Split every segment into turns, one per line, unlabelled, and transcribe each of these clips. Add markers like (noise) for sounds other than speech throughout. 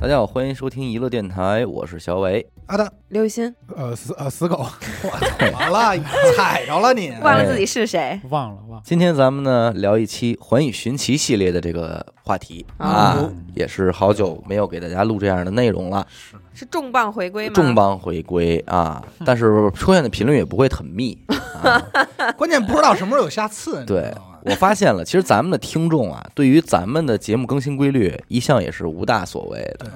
大家好，欢迎收听娱乐电台，我是小伟。
阿蛋，
刘雨欣
呃，死呃 (laughs) 死狗，哇怎么了？踩着了你？
忘了自己是
哎
谁，
忘了忘了，
今天咱们呢聊一期《环宇寻奇》系列的这个话题啊
哦，
也是好久没有给大家录这样的内容了，
是重磅回归吗？
重磅回归啊！但是出现的频率也不会很密。
关键不知道什么时候有下次，你知
对
道吗，
我发现了，其实咱们的听众啊，对于咱们的节目更新规律一向也是无大所谓的，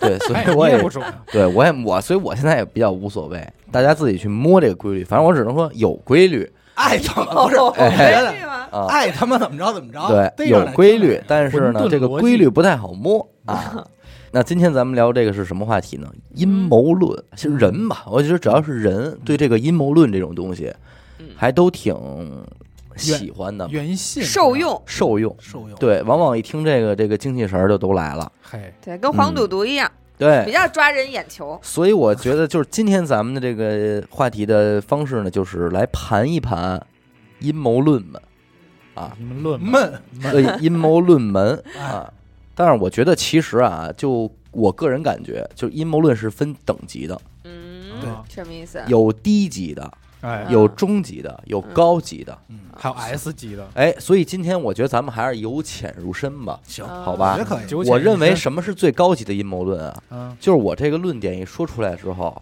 对，所
哎
以我
你
也
也不准，
对我也我，所以我现在也比较无所谓，大家自己去摸这个规律。反正我只能说有规律
爱怎么不是？我
(laughs)
哦
哎
觉得
是吗？
啊，
爱他妈怎么着怎么
啊
着，
对，
逮着
有
了
规律，，但是
混
呢，
沌
这个
逻辑嗯
规律不太好
(laughs)
摸啊。那今天咱们聊这个是什么话题呢？阴谋论，其实人吧，
嗯
我觉得只要是人，对这个阴谋论这种东西，
嗯
还都挺喜欢的，
原
哎
信
受，用，
受用。
受用。
对，往往一听这个，这个精气神儿就都来了。
嘿，
对，跟黄赌毒一样，
对
比，较抓人眼球。
所以我觉得就是今天咱们的这个话题的方式呢，就是来盘一盘阴谋论们啊，
你们论吧
闷，
对，阴谋论门
哎
啊。但是我觉得其实啊，就我个人感觉，就阴谋论是分等级的，
嗯
对，
什么意思？
有低级的，
哎，
嗯
有中级的，有高级的。
嗯，
还有 S 级的，
哎，所以今天我觉得咱们还是由浅入深吧。
行，
啊
好
我
吧
觉得可以。
九
我
嗯浅
认为
深，
什么是最高级的阴谋论啊？
嗯，
就是我这个论点一说出来之后，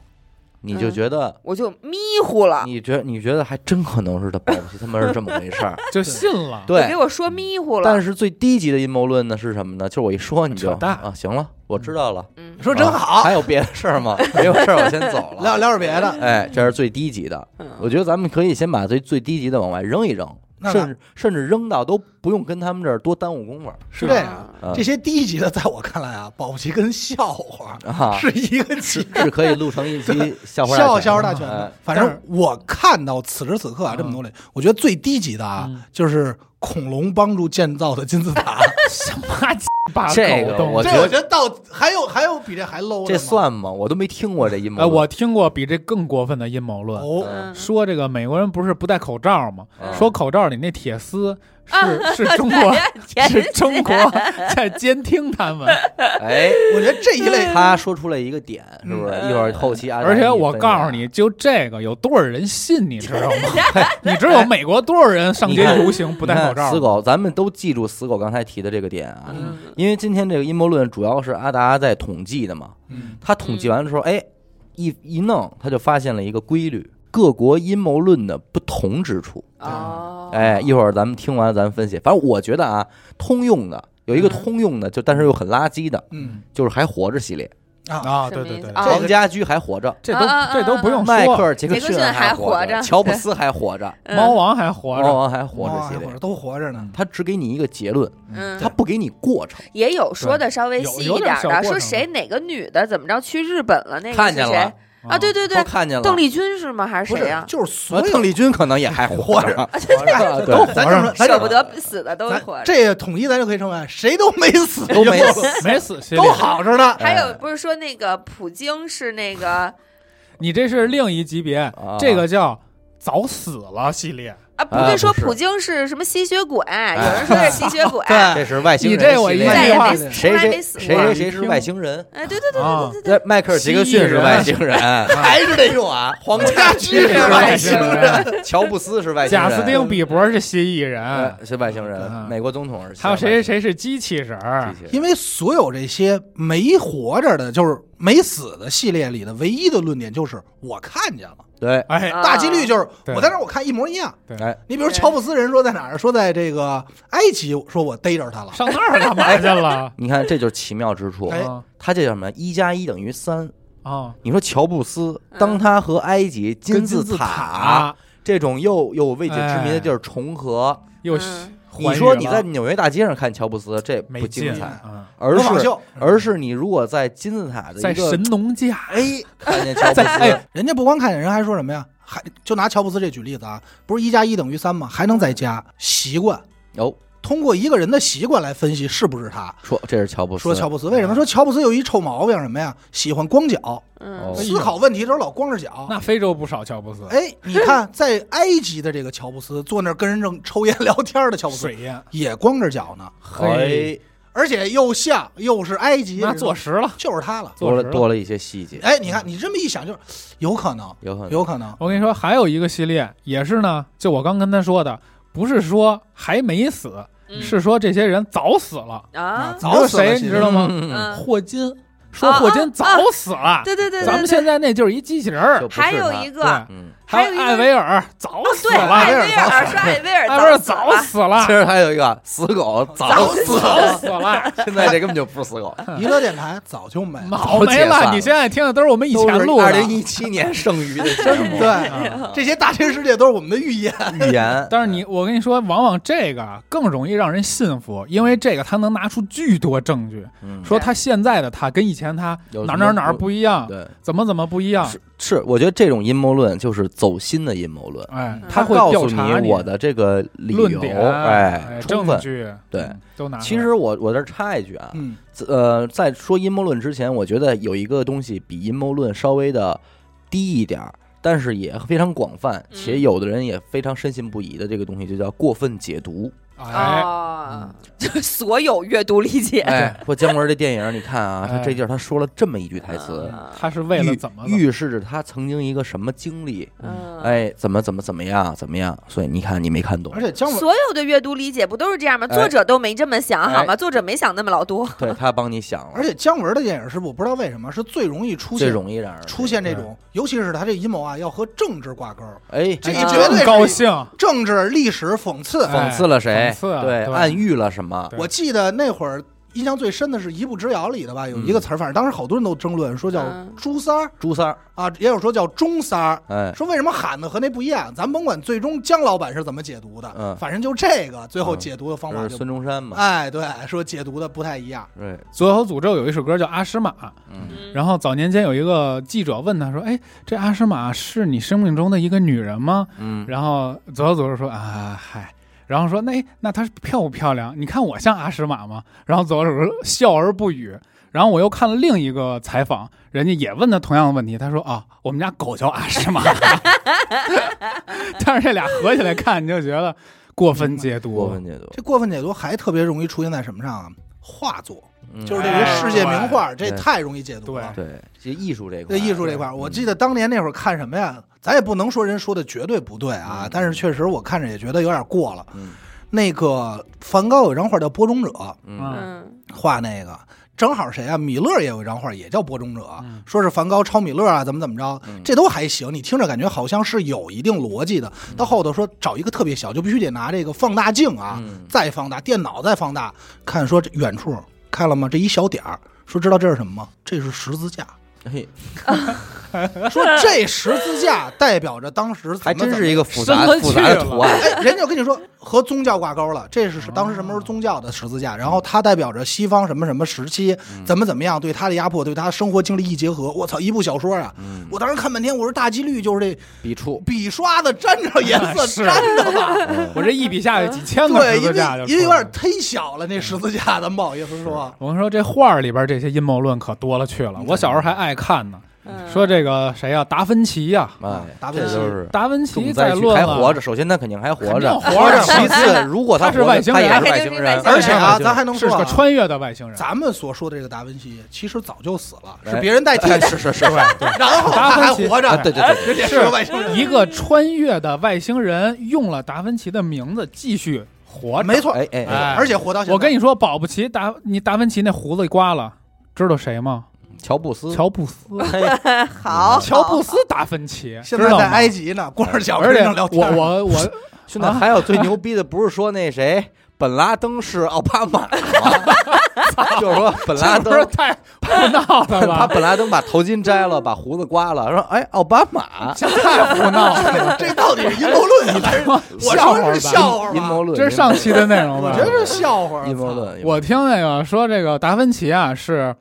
你就
嗯啊
觉得
我就迷糊了，
你觉你觉得还真可能是他保不齐他妈是这么回事
(laughs)
儿，
就信了，
我给
对。
我说迷糊了。
但是最低级的阴谋论呢是什么呢？就是我一说你就
扯淡
啊，行了，我知道了，
嗯
说真
啊
好，
还有别的事儿吗？没有事儿，我先走
聊
了。
聊点别的。
哎，这是最低级的，
嗯，
我觉得咱们可以先把最最低级的往外扔一扔，
那
甚至甚至扔到都不用跟他们这儿多耽误功夫儿
是这样，
啊
啊
这些低级的，在我看来啊，保不齐跟笑话
啊，
是一个级
是是可以录成一期笑话
笑
笑
笑话大全
哎
的。反正我看到此时此刻啊，
嗯
这么多类，我觉得最低级的啊
嗯，
就是恐龙帮助建造的金字 (laughs) 塔。
什么鸡巴
这个
狗东
我
西
这
觉得
我觉得到还有还有比这还 low 的
这
吗
算吗？我都没听过这阴
哎，
谋
我
论。
听过比这更过分的阴谋论，
哦，
嗯
说这个美国人不是不戴口罩吗？
嗯
说口罩里那
(laughs)
铁丝是是中国是中
啊
国在监听他们，
哎，
我觉得这一类
他说出来一个点，是不是？一会儿后期啊，
而且我告诉你，就这个有多少人信，你知道
(laughs)
吗？你知道美国多少人上街游行不
你
戴
看
口罩
死
吗？
狗，咱们都记住死狗刚才提的这个点啊，
嗯
因为今天这个阴谋论主要是阿达在统计的嘛，
嗯
他统计完之后，哎，一一弄他就发现了一个规律，各国阴谋论的不同之处。
哦，
哎，一会儿咱们听完咱们分析，反正我觉得啊，通用的有
嗯
一个通用的，就但是又很垃圾的，
嗯
就是还活着系列，
啊，
啊，
什
对
么
对
意思
对，
啊
黄家驹还活着，
这
啊
都
啊啊
这都不用
迈克
说，
尔杰克
杰克
逊
逊还
活
活着
乔布
对
斯还活着，
嗯
猫王还活
猫啊
着，
王还活着系
哦
列，
都活着呢。
他只给你一个结论，
嗯，
他不给你过程。
也有说的稍微
有
细
有
一
点
点
小
的，
过
说
程
谁哪个女的怎么着去日本了，那个
看
是
见
谁
了
啊？对对
都
对，
看见了，
邓丽君是吗？还是
不
谁啊
是
呀，？
就是所
那
有
邓丽君可能也还活
(laughs)
着，
啊
(laughs)
哎
对
都活
咱这
着
么，
咱
舍
这
不得死的都
咱
活着。
这个统一咱就可以称为谁都没死，
都没死，
(laughs) 没死系列
都。好着呢。
还
哎
有不是说那个普京是那个
你这是另一级别
啊，
这个叫早死了系列。
啊，不对，说
不是
普京是什么吸血鬼，有人说是吸血鬼，
对
这是外星
你
人系列。
这我一
再也
句话
没
对
死，从
谁
来
谁
没死
谁
过。
谁谁是外星人？
哎，对对对
啊
对对对
那迈克尔杰克逊是外星
(laughs)
人，还是得用啊。黄 (laughs) 家驹是外星人， (laughs) 乔布斯哎是外星人，
贾斯汀比伯是蜥蜴人，
呃是外星人，
嗯
美国总统是。啊
还有谁谁？啊谁是机器人儿？
机器人
因为所有这些没活着的，就是没死的系列里的唯一的论点就是我看见了，
对，
哎，
啊
大几率就是
对
我在那儿我看一模一样。
哎，
你比如
对
乔布斯人说在哪儿？说在这个埃及，说我逮着他了。
上那儿干嘛去了？
你看这就是奇妙之处，
哎
啊
他这叫什么？一加一等于三。
啊，
你说乔布斯，
嗯
当他和埃及金
跟
字
字啊哎
塔这种又又未解之谜的地儿重合，
又
嗯
你说你在纽约大街上看乔布斯，这
没
不
劲
精彩，
啊，
而
模仿
是
秀，
而是你如果在金字塔的
在
一个
神农架，
哎看见乔布
在
斯
哎，
人家不光看见，人还说什么呀？还就拿乔布斯这举例子啊，不是一加一等于三吗？还能再加习惯，
哦，
通过一个人的习惯来分析是不是他。
说这是乔布斯，
说乔布斯为什么说乔布斯有一臭毛病什么呀？喜欢光脚，
嗯，
哦
思考问题的时候老光着脚。
那非洲不少乔布斯，
哎，你看，在埃及的这个乔布斯坐那儿跟人正抽烟聊天的乔布斯
水呀，
也光着脚呢，
哎，
而且又像又是埃及
那
人，
坐实了。
就是他了。
多
坐实
了多了一些细节，
哎，你看你这么一想，就是有可能，
有可能
有可能，
我跟你说，还有一个系列也是呢，就我刚跟他说的，不是说还没死，
嗯
是说这些人早死了。
啊，
早死了，
你知道吗
嗯
嗯
霍金说
啊
霍金早
啊
死了，
对对对对对，
咱们现在那就是一机器人
就
儿。
不是
还有
他
一
对
个，，
嗯，
还
还有一个
艾维尔早
哦
死
对，
了，
艾
艾薇
薇
儿
儿
是艾薇儿，
艾维尔早
早死了
死了
其，实还有一个死狗早死
早
了，
死
(laughs)
了，
现在这根本就不是
(laughs)
死狗，
娱乐电台早就没了。
毛没了。你现在听的都是我们以前录的
二，零一七年剩余 (laughs) 的节目
对，
啊
这些大千世界都是我们的预言。
预言，
但是你，我跟你说，往往这个啊更容易让人信服，因为这个他能拿出巨多证据，
嗯
说他现在的他跟以前他
有
哪
什
哪
么
儿哪儿不一样，啊
对。
怎么怎么不一样，
是是，我觉得这种阴谋论就是走心的阴谋论，
哎
嗯，
他会
告
调
诉
查
你我的这个理
论
由，
点，
哎，充
证
分。
据，
对
嗯，都拿出来。
其实我我这儿插一句啊，
嗯，
呃，在说阴谋论之前，我觉得有一个东西比阴谋论稍微的低一点儿，但是也非常广泛，
嗯
且有的人也非常深信不疑的这个东西，就叫过分解读。
(laughs)
哎，
哦，就是所有阅读理解，
哎，说姜文这电影，你看啊，他
哎
这地儿他说了这么一句台词，
嗯
他是为了怎么怎么
预预示着他曾经一个什么经历，
嗯，
哎，怎么怎么怎么样，怎么样？所以你看，你没看懂
而，且姜文
所有的阅读理解不都是这样吗？
哎
作者都没这么想，
哎
好吗？作者没想那么老多。
对他帮你想
而
了，
且姜文的电影是我不知道为什么是最容易出
最
现
容易让人
出现这种，尤其是他这阴谋啊，要和政治挂钩，
哎，
这
啊
绝对是
更高兴，
政治、历史讽刺。
哎
讽刺了谁
讽？刺啊对
暗喻了什么？
对
我记得那会儿印象最深的是《一步之遥》里的吧，有
嗯
一个词儿，反正当时好多人都争论，说叫
嗯
“猪三儿
朱三儿，”
啊，也有说叫“中三儿
哎”，，
说为什么喊的和那不一样？咱甭管最终姜老板是怎么解读的，
嗯，
反正就这个最后
嗯
解读的方法
这
就是
孙中山嘛，
哎，对，说解读的不太一样。
对，
左小诅咒有一首歌叫《阿诗玛》，
嗯，
然后早年间有一个记者问他说：“哎，这阿诗玛是你生命中的一个女人吗？”
嗯，
然后左小诅咒说：“啊，嗨。”然后说：“那那她漂不漂亮？你看我像阿诗玛吗？”然后左小诅咒笑而不语。然后我又看了另一个采访，人家也问他同样的问题，他说：“啊，我们家狗叫阿
(laughs)
诗玛。”但是这俩合起来看，你就觉得过分解读，
过分解读，
这过分解读还特别容易出现在什么上啊？画作，
嗯哎
就是这些世界名画，
对
这太容易解读了。
对，这艺术这一块
这
儿，
艺术这块儿，我记得当年那会儿看什么呀？咱也不能说人说的绝对不对啊，但是确实我看着也觉得有点过了。
嗯
那个梵高有一张画叫《播种者》，
嗯
嗯
画那个正好谁啊？米勒也有一张画也叫《播种者》
嗯
说是梵高抄米勒啊，怎么怎么着
嗯，
这都还行。你听着感觉好像是有一定逻辑的。
嗯
到后头说找一个特别小，就必须得拿这个放大镜啊，
嗯
再放大，电脑再放大，看说这远处看了吗？这一小点儿，说知道这是什么吗？这是十字架。
嘿，
说这十字架代表着当时怎么
还真是一
个。
个复杂
深了去
复杂的图案，
哎，人家就跟你说和宗教挂钩了，这
哦
是是当时什么时候宗教的十字架，然后它代表着西方什么什么时期
嗯
怎么怎么样对他的压迫，对他生活经历一结合，我操，一部小说啊！
嗯，
我当时看半天，我说大几率就是这
笔
(laughs)
触，
笔刷子沾着颜
(laughs) 是
色沾的吧？ (laughs)
嗯
我这一笔下去几千个
对，
十
因
字架就
为因为
出
有
来
点
了。嗯
忒小了，那十字架，咱不好意思说。
我跟你说，这画儿里边这些阴谋论可多了去了。我小时候还爱看呢，
嗯，
说这个谁呀、达芬奇呀、
哎，
达芬
这
奇
就是
达芬
重
奇在
灾区，
论
还
了
活着，首先他肯定还活
肯定
着，
活着
其次，如果
他
活
是
着
外星
他也
人
是
他
外
肯定
星
是
人
外，星
而
人
且啊，咱还能
是
说
个
啊，
穿越的外星人。
咱们所说的这个达芬奇，其实早就死了，
哎
是别人代
(laughs)
替
哎
的，
是是是，啊，
然后他还活着，
对对对，
哎
人家是个外星人，
一个穿越的外星人用了达芬奇的名字继续活着。
没错，
哎哎哎，
哎
而且活到现在。
我跟你说，保不齐达你达芬奇那胡子一刮了，知道谁吗？
乔布
呃
斯，哎
乔布斯，
嘿
好，
乔布斯达芬奇，
哦现
知
在
道
在
吗
埃及呢，光着脚
而
跟
且
着聊天
我
儿。
我
(laughs)
我
现
啊
在还有最牛逼的，不是说那谁本拉登是奥巴马 (laughs) 吗？就是说本拉
这不是
登，
太胡闹了
他
(laughs)
吧？
本拉登把头巾摘了，把胡子刮了，说哎，奥巴马，
这太胡闹了，
这到底是阴谋论啊
(laughs)
还是我
笑话
说
吧
是笑话吧
阴谋论，
这是上期的内容吧？
我觉得是笑话。
阴
(laughs)
谋论，
我听那个说，这个达芬奇啊是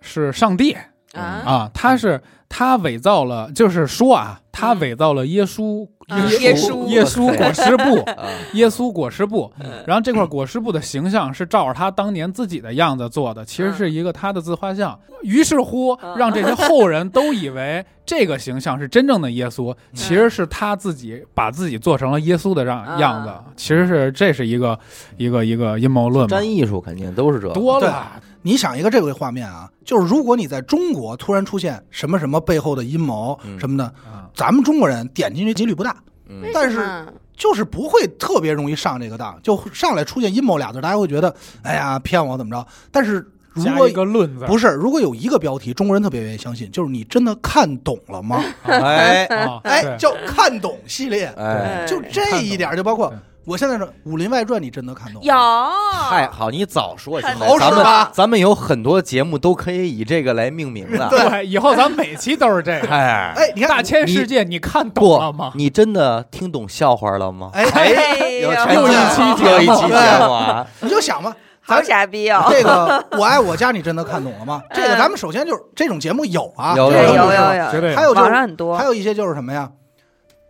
是上帝
啊
啊，他是他伪造了，就是说啊，他
嗯
伪造了耶稣
嗯
耶
耶
稣
稣
耶稣裹尸布，
啊，
(laughs) 耶稣裹尸布。
(laughs)
嗯
然后这块裹尸布的形象是照着他当年自己的样子做的，其
嗯
实是一个他的自画像。于是乎，
嗯
让这些后人都以为这个形象是真正的耶稣，
嗯
其实是他自己把自己做成了耶稣的样
啊
样子。其实是这是一个一个一个阴谋论嘛
沾，艺术肯定都是这个，
多了。
你想一个这个画面啊，就是如果你在中国突然出现什么什么背后的阴谋
嗯
什么的，
啊
咱们中国人点进去几率不大，
嗯
为
但
什
是
么
就是不会特别容易上这个当，就上来出现阴谋俩字，大家会觉得哎呀骗我怎么着？但是如
加
果
一个论字，
不是，如果有一个标题，中国人特别愿意相信，就是你真的看懂了吗？
哎 (laughs)
啊，
(laughs) (laughs) 哎，
对
叫看懂系列，
哎，
对
就这一点，就包括
看懂
我现在说《武林外传》，你真的看懂了
有
太好，你早说，现在
好
咱
使吧
们咱们有很多节目都可以以这个来命名的，
对，以后咱每期都是这个。
哎，
哎，你看
大千世界，你看懂
不
了吗，？
你真的听懂笑话了吗？
哎
哎呦
全
又一
期
期
又一
节目
期节目啊，
你就想吧，
好
咱
傻逼哦！
这个《我爱我家》，你真的看懂了 (laughs) 吗？这个咱们首先就是这种节目有啊，
有
这
对
种
有
是吧
有有
绝对
还有就是
网上很多
还有一些就是什么呀，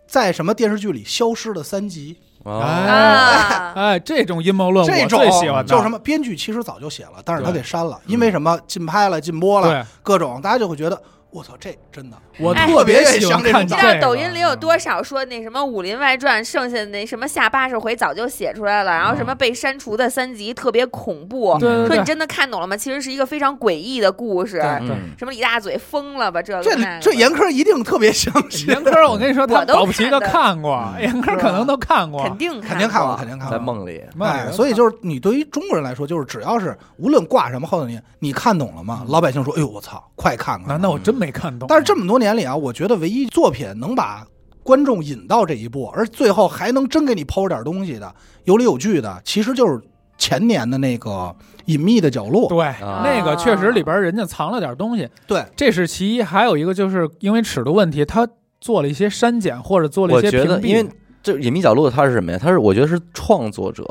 在什么电视剧里消失的三级，
哦
(laughs)
啊，
哎，这种阴谋论
这
我
种
最喜欢的，
就是什么编剧其实早就写了，但是他
对嗯
给删了，因为什么禁拍了、禁播了，
对，
各种大家就会觉得我操，这真的
我
哎
特别喜欢看
你
知
这
知
个。
道抖音里有多少说那什么《武林外传》，剩下的那什么下八十回早就写出来了，然后什么被删除的三集特别恐怖，
对
说
对
你
对，
真的看懂了吗？其实是一个非常诡异的故事，
对
嗯
什么李大嘴疯了吧，这个
这
那个
这严科一定特别相信，
(laughs) 严科，我跟你说，他
我都
保不齐都
看的
看过，
嗯
严科可能都看过，
肯定
肯定看过，
过
肯。定看
在
过。
梦里，
妈呀
哎，所以就是你对于中国人来说，就是只要是无论挂什么后头你你看懂了吗？老百姓说，哎呦我操，快看看！
难道我真没看懂？
但是这么多年里啊，我觉得唯一作品能把观众引到这一步，而最后还能真给你剖点东西的，有理有据的，其实就是前年的那个《隐秘的角落》。
对
啊
那个确实里边人家藏了点东西，
对，
这是其一。还有一个就是因为尺度问题，他做了一些删减或者做了
我
一些
觉
屏
得因为
蔽。
这隐秘角落它是什么呀？它是我觉得是创作者。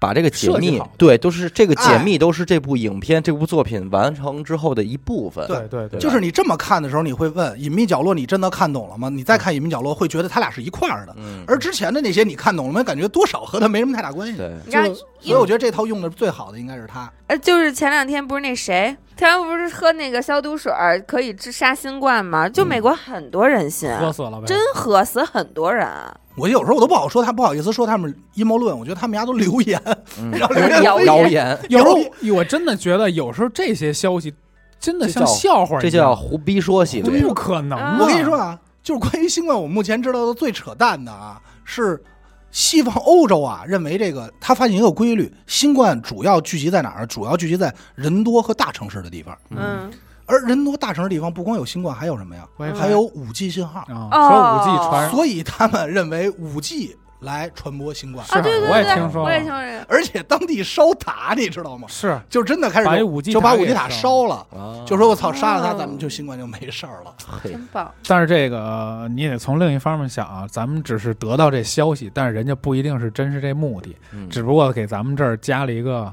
把这个解
设计
密
好的，
对，都是这个解
哎
密，都是这部影片、这部作品完成之后的一部分。
对
对
对
就是你这么看的时候，你会问《隐秘角落》，你真的看懂了吗？你再看《隐秘角落》，会觉得它俩是一块儿的。
嗯，
而之前的那些你看懂了吗？感觉多少和它没什么太大关系。
对，
你知道
就，
所以我觉得这套用的最好的应该是它。
呃，就是前两天不是那谁，他们不是喝那个消毒水儿可以治杀新冠吗？就美国很多人信，
嗯
喝死了呗！
真喝死很多人。啊
我有时候我都不好说他，不好意思说他们阴谋论，我觉得他们家都流言，
嗯
然
(laughs)
后流言
谣
蜚语
谣言，
有时候我真的觉得，有时候这些消息真的像
这叫
笑话一样，
这叫胡逼说系
这
列
不。可能啊！
我跟你说啊，就是关于新冠，我目前知道的最扯淡的啊，是西方欧洲啊，认为这个他发现一个规律，新冠主要聚集在哪儿？主要聚集在人多和大城市的地方。
嗯，
而人多大城市地方不光有新冠，还有什么呀？
WiFi
还有五 G 信号。
啊，
哦
说五 G 传
所以他们认为五 G 来传播新冠，
是
啊，对对
我也
对，
听说
我也
了
听说这个。
而且当地烧塔，你知道吗？
是
就真的开始
把这
有
五 G
就把
塔
五 G
给
塔
烧
烧了，
嗯
啊
就说我操杀了他，
哦
咱们就新冠就没事儿了。
嘿
真棒！
但是这个你也从另一方面想啊，咱们只是得到这消息，但是人家不一定是真是这目的，
嗯
只不过给咱们这儿加了一个，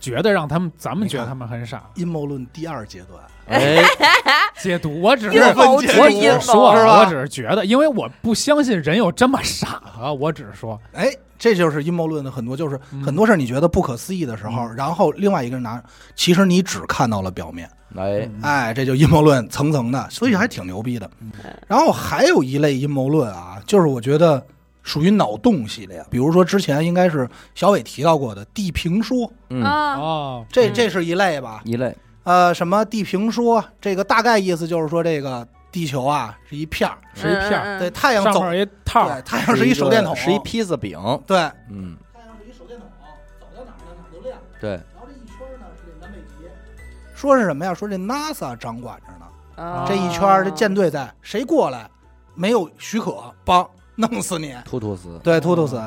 觉得让他们咱们觉得他们很傻
阴谋论第二阶段，
哎，
解读。我只是
阴
我
谋
分
之
解
只
读
阴
是说
谋
是
啊，
吧
我只是觉得，因为我不相信人有这么傻啊，我只是说，
哎，这就是阴谋论的很多，就是
嗯
很多事儿你觉得不可思议的时候，然后另外一个人拿，其实你只看到了表面，
来，
嗯
哎，这就阴谋论层层的，所以还挺牛逼的。然后还有一类阴谋论啊，就是我觉得属于脑洞系列，比如说之前应该是小伟提到过的地平说，
嗯，
啊，
哦，
这
嗯
这是一类吧？
一类，
呃，什么地平说，这个大概意思就是说这个地球啊是一片儿，
是一片儿
嗯
对，太阳
上
走，
面有一套
对，
儿，
太阳是一手电啊筒，
是一披萨饼，
对。
嗯，
太阳是一手电筒，走到哪儿呢哪儿就亮。
对，
然后这一圈呢是这南北极。说是什么呀？说这 NASA 掌管着呢，
啊
这一圈儿这舰队在，谁过来没有许可，帮弄死你。
兔兔丝，
对，突突死。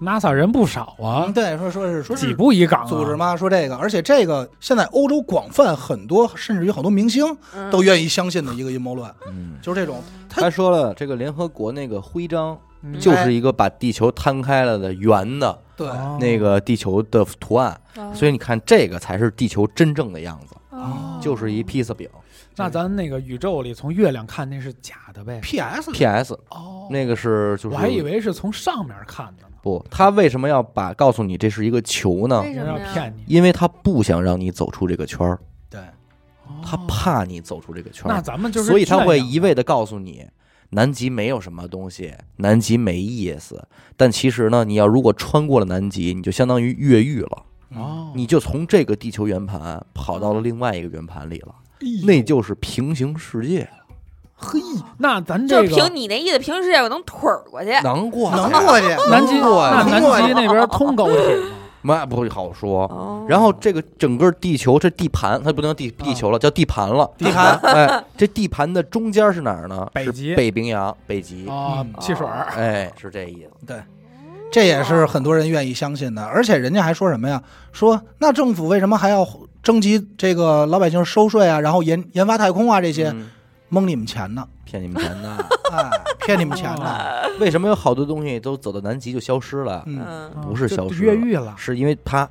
，NASA 人不少啊
嗯，，对，说说是说
几
是
步一岗啊
组织？嘛，说这个，而且这个现在欧洲广泛，很多甚至于很多明星
嗯
都愿意相信的一个阴谋论，
嗯，
就是这种。他
他说了，这个联合国那个徽章
嗯
就是一个把地球摊开了的圆的
对，
哦
那个地球的
嗯
图案，所以你看这个才是地球真正的样子，
哦
就是一披萨饼。
那咱那个宇宙里从月亮看那是假的呗？
PS
P.S.
哦，
那个是就是
我还以为是从上面看的呢，
不，他为什么要把告诉你这是一个球呢？
为什
人
么
要
呀？
骗你，
因为他不想让你走出这个圈儿，
对，
他
哦。
怕你走出这个圈
那
儿，
咱们就是这
所
样，
以他会一味的告诉你，南极没有什么东西，南极没意思。但其实呢，你要如果穿过了南极，你就相当于越狱了，
嗯
哦，
你就从这个地球圆盘跑到了另外一个圆盘里了，
那
那就是平行世界。
哎嘿，那咱
就
这
是
个
凭你那意思，平时世界我能腿儿哎过去。
难怪
能过去，
南极，那
啊
能
南
过
极
去，
那边通
(laughs)
高铁吗？
那不好说。
哦
然后这个整个地球这地盘，它不能地地球了，叫地盘了。
地盘
哎，这地盘的中间是哪儿呢？
北极
是北冰洋，北极。
啊，
嗯
汽水儿
哎，是这意思。
这也是很多人愿意相信的。而且人家还说什么呀？说那政府为什么还要征集这个老百姓收税啊，然后研研发太空啊这些，
嗯
蒙你们钱
(laughs)
呢，
骗你们钱的。
哎，骗你们钱呢。
哦
为什么有好多东西都走到南极就消失了？
嗯，
嗯，
不是
就
消失
越狱了。
是因为它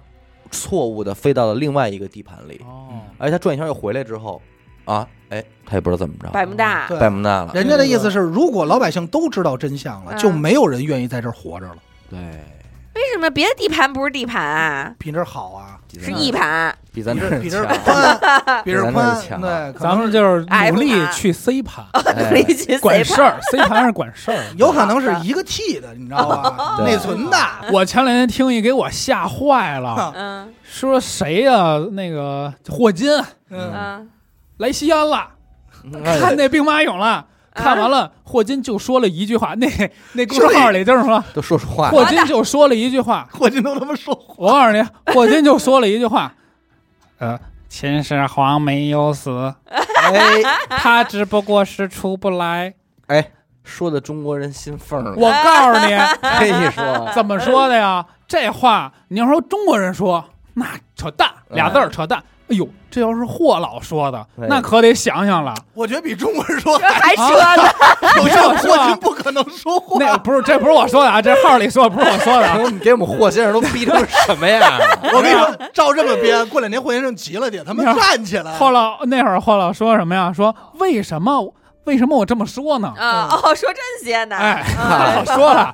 错误的飞到了另外一个地盘里，
哦，
而且它转一圈又回来之后，啊，哎，它也不知道怎么着，
百慕大
对
哦拜慕大了。
人家的意思是，如果老百姓都知道真相了，
嗯
就没有人愿意在这儿活着了，
对，
为什么别的地盘不是地盘啊？
比这儿好啊，
比
是
咱
一盘，
比咱这
比这儿
强。
宽，
(laughs)
比这儿
比咱这儿
宽，
强啊
对，可
咱
能
们
是
就是
哎
努力
不拿
去 C 盘，
哎
努力
(laughs)
哦去
管
谁
事儿，C 盘是管
(laughs)
事儿。
有可能是一个 T 的，你知道吧？
(laughs) 对
内存的，
我前两天听一给我吓坏了，
嗯
说谁呀、那个霍金
嗯，
嗯，
来西安了， (laughs) 看
哎
那兵马俑了。看完了，霍金就说了一句话，那那公众
兄弟
号里就是说，
都说实话，
霍金就说了一句话，
霍金都他妈说
我告诉你，霍金就说了一句话， (laughs) 呃，秦始皇没有死，
哎
他只不过是出不来。
哎，说的中国人心缝了。
(laughs) 我告诉你，
跟你说，
怎么说的呀？这话你要说中国人说，那扯淡俩字儿扯淡。哎呦，这要是霍老说的，
哎
那可得想想了。
我觉得比中国人说
这还
(laughs)
说呢，
有
没有
效，
错
霍金不可能说
那
话。
不是，这不是我说的啊，这号里说的不是我说
(laughs)
的啊。
你给我们霍先生都逼成什么样了？
(laughs) 我跟你说，照这么编，过两年霍先生急了得他妈站起来。
霍老那会儿霍老说什么呀？说为什么为什么我这么说呢？
啊
嗯
哦，说这些呢，
哎，
嗯
我说了，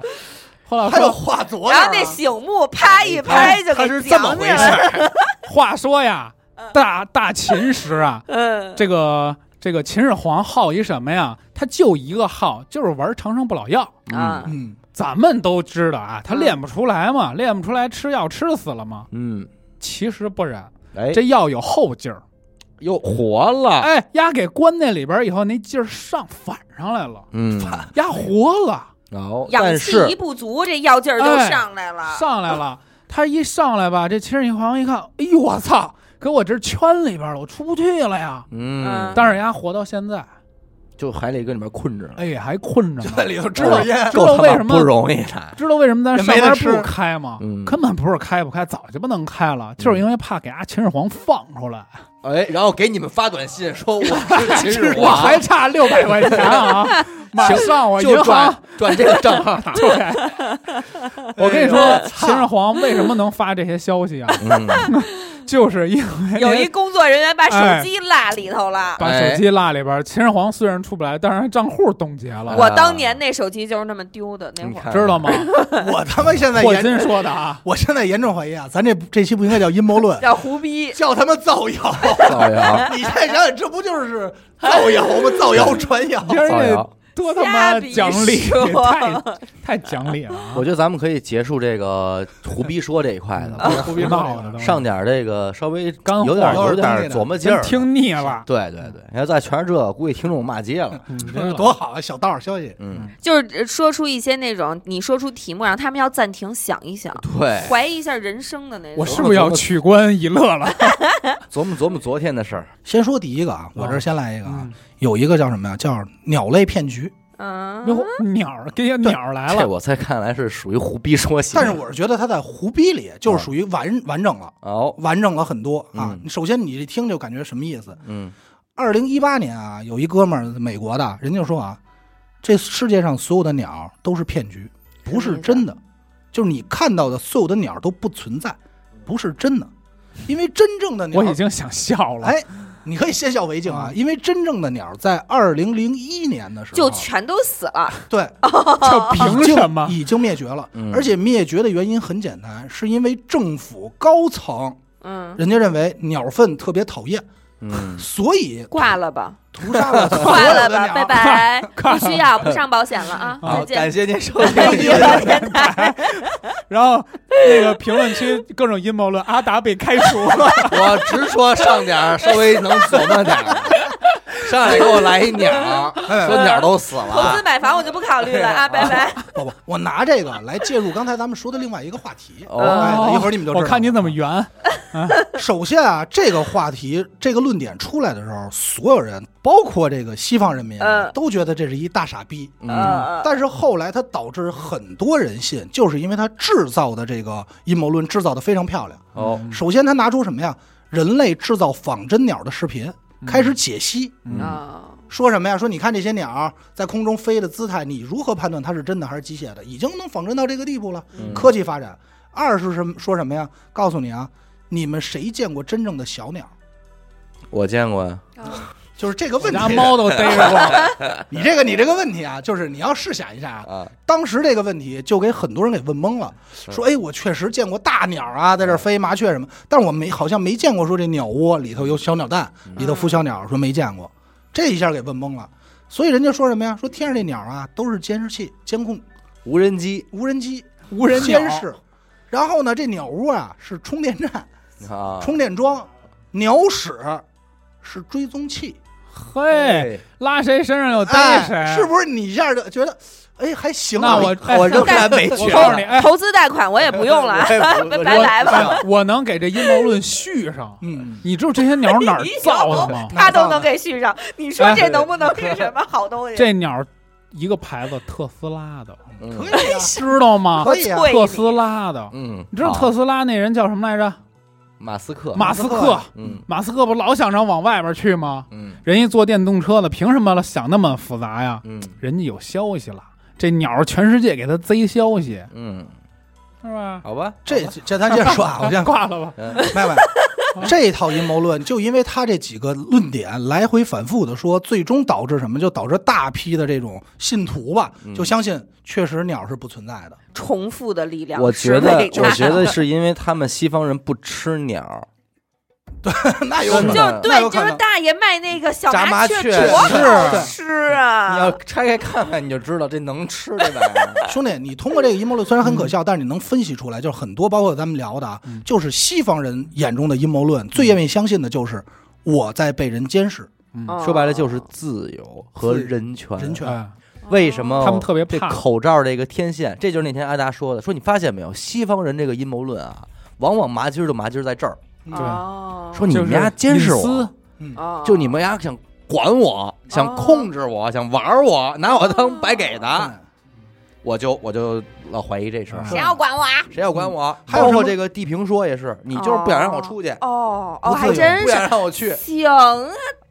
霍老
还有
说
画左眼儿
然
啊哎
后那醒目啪一拍就
他
给
是这么
讲
回
起
事
(laughs) 来了，
儿，
话说呀，大大秦时啊，
嗯，
这个这个秦始皇好一什么呀？他就一个好，就是玩长生不老药。
啊
嗯，
咱们都知道啊，他练不出来嘛，练不出来吃药吃死了嘛。
嗯，
其实不然，
哎，啊
这药有后劲儿，
又活了。
哎，丫给关那里边儿以后，那劲儿上反上来了，
嗯，
丫活了，
然后
氧
但
气一
是
不足，这药劲儿就
哎
上来了，
上来了。 (laughs) 他一上来吧，这秦始皇一看，哎呦我操，给我这圈里边儿了，我出不去了呀。
嗯
嗯，
但是丫活到现在，
就海里跟里面困着呢。
哎，还困着
就
呢。
在里头支着烟，
知道为什么
不容易的？
知道为什么咱
也
上
没得
班
吃
不开吗？
嗯
根本不是开不开，早就不能开了，就是因为怕给啊秦始皇放出来。
哎，然后给你们发短信说我是啊秦始
我还差六百块钱啊！马上我银行
转这个账号。
就给。我跟你说，秦始皇为什么能发这些消息啊？ (laughs) 就是因为
哎
有一工作人员把手机落里头了。
把手机落里边儿。秦始皇虽然出不来，但是账户冻结了，
我当年那手机就是那么丢的，那会儿
知道吗？
我他妈现在
霍
严，
金说的
(laughs)
啊。
我现在严重怀疑啊，咱这这期不应该叫阴谋
(laughs)
论，
叫胡逼，
叫他妈造谣。 (laughs)
造谣，
你现在想想，这不就是造谣吗？造谣传谣。
今儿
造
这
谣
多他妈
瞎比
讲理，
说
太太讲理了啊。
我觉得咱们可以结束这个胡逼说这一块
不
了，
是胡逼闹的，
上点儿这个稍微
干货
有点
有
有
点东西
点
的
琢磨劲
真
儿。
听腻了，
对对对，要再全是这，估计听众骂街了。
嗯
(laughs) 这是多好啊！小道儿消息，
嗯，
就是说出一些那种你说出题目，然后他们要暂停想一想，
对，
怀疑一下人生的那种。
我是不是要取关一乐了？
琢磨琢磨昨天的事儿。
先说第一个啊，我这儿先来一个
嗯
啊，有一个叫什么呀？叫鸟类骗局。
嗯，
哟，鸟儿给鸟儿来
这
了，
我在看来是属于胡逼说型。
但是我是觉得它在胡逼里就是属于完完整了，
哦，
完整了很多啊
嗯。
你首先你一听就感觉什么意思？
嗯，
二零一八年啊，有一哥们儿美国的，人就说啊，这世界上所有的鸟都是骗局，不是真的，就是你看到的所有的鸟都不存在，不是真的，因为真正的鸟
我已经想笑了。
哎，你可以先笑为敬啊，因为真正的鸟在二零零一年的时候
就啊全都死了。
对
这凭
已经
什么？
已经灭绝了
嗯？
而且灭绝的原因很简单，是因为政府高层
嗯，
人家认为鸟粪特别讨厌，
嗯，
所以
挂了吧，
屠杀
(laughs)
了所
挂
有
了
的
吧，拜
鸟。
拜，不需要，不上保险了啊，
好，
再
感
见。
谢
哎
您收听
然后那个评论区各种阴谋论，阿达被开除了。
(laughs) 我直说上点儿，稍微能琢磨点儿。上来给我来一鸟，说鸟都死
投资
了，
买房我就不考虑了啊，拜拜。
不不，我拿这个来介入刚才咱们说的另外一个话题。
哦
哎一会儿你们就知道
我看你怎么圆。
首先啊，这个话题这个论点出来的时候，所有人，包括这个西方人民啊，
嗯
都觉得这是一大傻逼。
嗯，
嗯
但是后来它导致很多人信，就是因为它制造的这个阴谋论制造的非常漂亮。
哦，
嗯
首先，他拿出什么呀？人类制造仿真鸟的视频，开始解析，
嗯
啊，
说什么呀？说你看这些鸟在空中飞的姿态，你如何判断它是真的还是机械的？已经能仿真到这个地步了，
嗯
科技发展。二是什么？说什么呀？告诉你啊，你们谁见过真正的小鸟？
我见过呀，
啊
就是这个
我
问
家
题，
猫都逮着过，
你这个你这个问题啊，就是你要试想一下啊，
啊，
当时这个问题就给很多人给问懵了，说：“哎，我确实见过大鸟啊，在这儿
嗯
飞麻雀什么，但是我没好像没见过说这鸟窝里头有小鸟蛋，
嗯
里头孵小鸟，说没见过，这一下给问懵了。所以人家说什么呀？说天上这鸟啊都是监视器、监控、
无人机
无人机、
无人鸟
监视，然后呢，这鸟窝啊是充电站、
啊，
充电桩，鸟屎是追踪器。
(laughs)
嘿，，
哎
拉谁身上有逮
哎，
谁，啊
是不是你一下就觉得，哎，还行啊？
那我哎
我仍然没
我
去。
告诉
(laughs)
你，哎，
嗯投资贷款我也不用
(laughs)
了啊，拜拜拜吧。？
我能给这阴谋论续上。
嗯。”
你知道这些鸟哪儿造的吗
(laughs) 他都能给续上，你说这能不能是什么好东西？
这鸟一个牌子特斯拉的，
可
嗯
以啊，
知道吗？
可以啊，
对
特斯拉的，
嗯，
你知道
好
特斯拉那人叫什么来着？
马斯克，
马斯
马斯
克
克。
嗯
马斯克不老想着往外边去吗？
嗯
人家坐电动车的，凭什么想那么复杂呀？
嗯
人家有消息了，这鸟儿全世界给他贼消息，
嗯，
是 (laughs) 吧？
好吧，
这这咱接着说啊，我先
挂了吧。
麦麦，这套阴谋论就因为他这几个论点来回反复的说，最终导致什么？就导致大批的这种信徒吧，就相信确实鸟是不存在的。 (laughs)
重复的力量，
我觉得，
是伟
我
大
觉得 (laughs) 是因为他们西方人不吃鸟，
那有可能，
就
那有可
对，就是
能。
大爷卖那个小
炸麻
雀
雀
多好
是
吃
你要
啊！
拆开看看你就知道这能吃这玩意
(laughs)
儿。
兄弟，你通过这个阴谋论虽然很可笑，但是你能分析出来，就是很多，包括咱们聊的啊，就是西方人眼中的阴谋论，最愿意相信的就是我在被人监视。
嗯
说白了就是自由和人权。
人权
哎
为什么
他们特别
哦这
怕
口罩这个天线？这就是那天阿达说的，说你发现没有，西方人这个阴谋论啊，往往麻筋儿就麻筋儿在这儿，
对
哦
说你
就
们
是
家监视
隐私
我，
哦
就你们家想管我，想控制我，想玩我，拿我当白给
哦
的，
哎
我就我就老怀疑这事儿。
谁要管我啊？
谁要管我？
还有
包括
什么
这个地平说也是，你就是不想让我出去，
哦
不
哦，
自
还
由
真
不
是
想让我去。
行啊，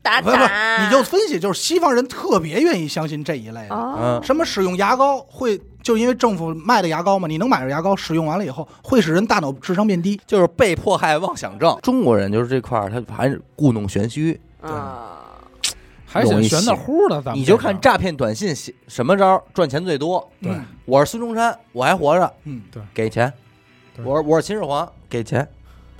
达
不是不是，
达，
你就分析，就是西方人特别愿意相信这一类的。
啊哦
嗯，
什么使用牙膏会，就因为政府卖的牙膏嘛，你能买着牙膏，使用完了以后会使人大脑智商变低。
就是被迫害妄想症，中国人就是这块儿，他还是故弄玄虚。
啊，
还挺玄的乎的，咱们
你就看诈骗短信写什么招儿赚钱最多？
对
嗯
我是孙中山，我还活着，
嗯，
给钱；
对
我我是秦始皇，给钱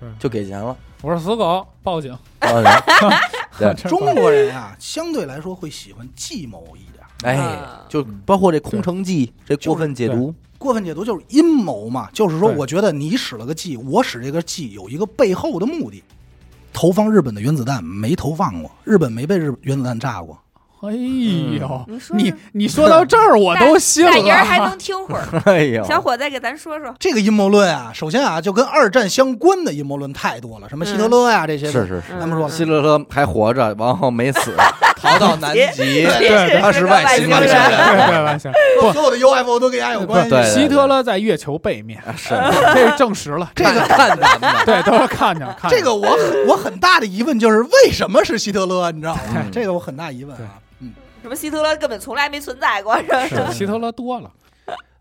对，
就给钱了。 (laughs)
我是死狗，报警。
当然 (laughs) 对，
中国人啊，相对来说会喜欢计谋一点，
哎，就包括这空城计，这过分解
就
(laughs) 读，
过分解读就是阴谋嘛，就是说，
对
我觉得你使了个计，我使这个计有一个背后的目的。投放日本的原子弹没投放过，日本没被日原子弹炸过。
(laughs) 哎呦，
嗯
你说
你你说到这儿我都
(laughs)
信
大爷儿
(laughs)
还
了
能。听
(laughs)
会儿，
哎呦，
小伙再给咱说说。
这个阴谋论啊，首先啊，就跟二战相关的阴谋论太多了，什么希特勒呀、啊这些的
是是是，
他们说
希特勒还活着，然后没 (laughs) 死，逃到南 (laughs) 极，
对
他是
外
外
星
星
对对
人。
对，外星人不
所有的 UFO 都跟他有关系。
对对啊
希特勒在月球背面，
是
(laughs) 这是证实了。
这个看咱们
对，都是看着看着
这个我很我很大的疑问就是为什么是希特勒？你知道吗
嗯？
这个我很大疑问啊。嗯，
什么希特勒根本从来没存在过，是吧
是希特勒
(laughs)
多了。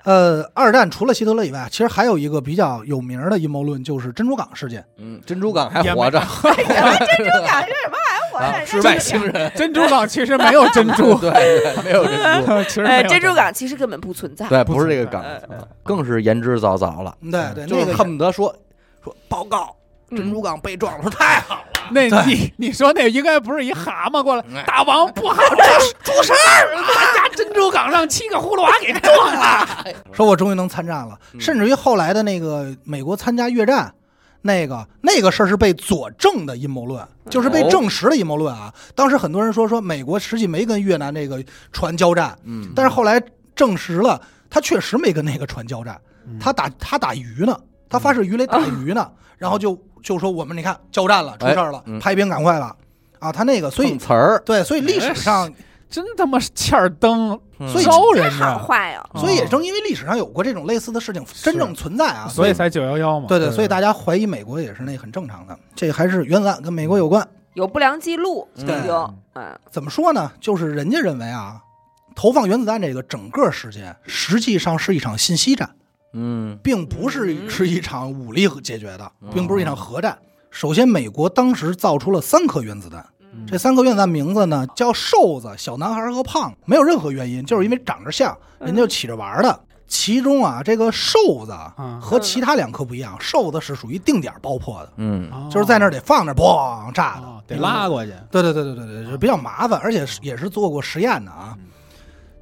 呃，二战除了希特勒以外，其实还有一个比较有名儿的阴谋论，就是珍珠港事件。
嗯，珍珠港还活着，
哎什么珍珠港是什么玩意儿？我
啊
看，
失败星人，
珍珠港其实没有珍珠，
对对，没有珍珠，
(laughs) 其实没
哎，
有
珍珠港其实根本不存在。
对，
不
不是这个
存在
港，嗯更是言之凿凿了，
嗯对对，
嗯就
那
是
个
恨不得说说报告，
嗯
珍珠港被撞了，说太好了，
那你你说那应该不是一蛤蟆过
嗯
来，大王不好，出出事儿，咱家珍珠港让七个葫芦娃给撞了。
说我终于能参战了，
嗯
(laughs) 甚至于后来的那个美国参加越战，那个那个事儿是被佐证的阴谋论，就是被
哦
证实的阴谋论啊。当时很多人说说美国实际没跟越南那个船交战，
嗯，
但是后来证实了，他确实没跟那个船交战，他打他打鱼呢，他发射鱼雷打鱼呢，然后就就说我们你看交战了，出事儿了
哎嗯，
派兵赶快吧，啊，他那个所以
碰瓷儿，
对，所以历史上
真他妈是欠儿灯，
所以
招人
好
家，
坏哦，
所以也
哦
正因为历史上有过这种类似的事情真正存在啊，
所以才九幺幺嘛。
对对，所以大家怀疑美国也是那很正常的，这还是原子弹跟美国有关。
有不良记录已
对
经，嗯，
怎么说呢？就是人家认为啊，投放原子弹这个整个事件实际上是一场信息战，
嗯
并不是是一场武力解决的，
嗯
并不是一场核战。首先，美国当时造出了三颗原子弹，
嗯
这三颗原子弹名字呢叫瘦子、小男孩和胖，没有任何原因，就是因为长着像，人家就起着玩儿的。其中啊，这个瘦子啊
嗯
和其他两颗不一样，瘦子是属于定点爆破的，
嗯，
啊
就是在那儿得放那儿咣炸的嗯
哦，得拉过去。
对对对对对对，就比较麻烦，而且是也是做过实验的啊。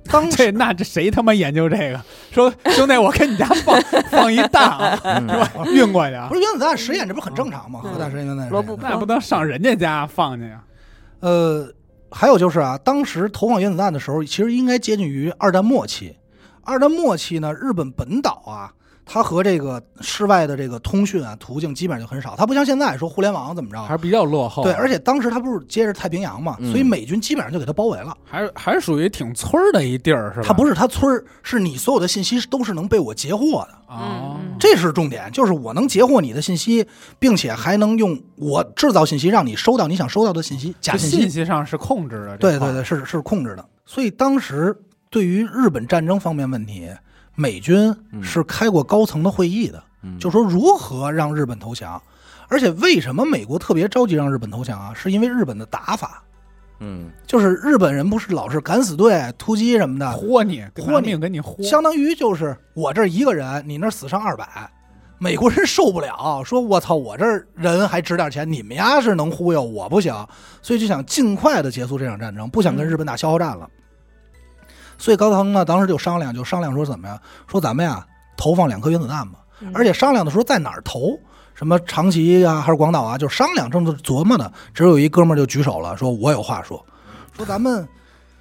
当时
嗯 (laughs) 这那这谁他妈研究这个？说兄弟，我跟你家放放一蛋啊，
嗯
(laughs)
是吧？运过去啊
不，是原子弹实验，这不是很正常吗？
嗯
核弹实验、原子弹实验
罗布
那不能上人家家放去呀？啊
呃，还有就是啊，当时投放原子弹的时候，其实应该接近于二战末期。二战末期呢，日本本岛啊，它和这个室外的这个通讯啊途径基本上就很少，它不像现在说互联网怎么
哦还
着。
是比较落后。啊
对，而且当时它不是接着太平洋嘛，
嗯
所以美军基本上就给它包围了。
还是还是属于挺村儿的一地儿，是吧？
它不
是
是它村儿，是你所有的信息都是能被我截获的。
嗯，
啊
这是重点，就是我能截获你的信息，并且还能用我制造信息让你收到你想收到的信息，假
这
信
信
息。
息上是控制的。
对
这块
对
儿
对，，是是控制的。所以当时对于日本战争方面问题，美军
嗯
是开过高层的会议的，就说如何让日本投降。而且为什么美国特别着急让日本投降啊？是因为日本的打法，
嗯
就是日本人不是老是敢死队突击什么的，
啊豁你，
豁
豁
你
命跟你豁。
相当于就是我这儿一个人，你那儿死伤二百，美国人受不了，说我操，我这儿人还值点钱，你们家是能忽悠，我不行，所以就想尽快的结束这场战争，不想跟日本打消耗战了。所以高层呢，当时就商量，就商量说怎么样，说咱们呀投放两颗原子弹吧，而且商量的时候在哪儿投。什么长崎啊，还是广岛啊？就商量，正琢磨呢。只有一哥们儿就举手了，说：“我有话说，说咱们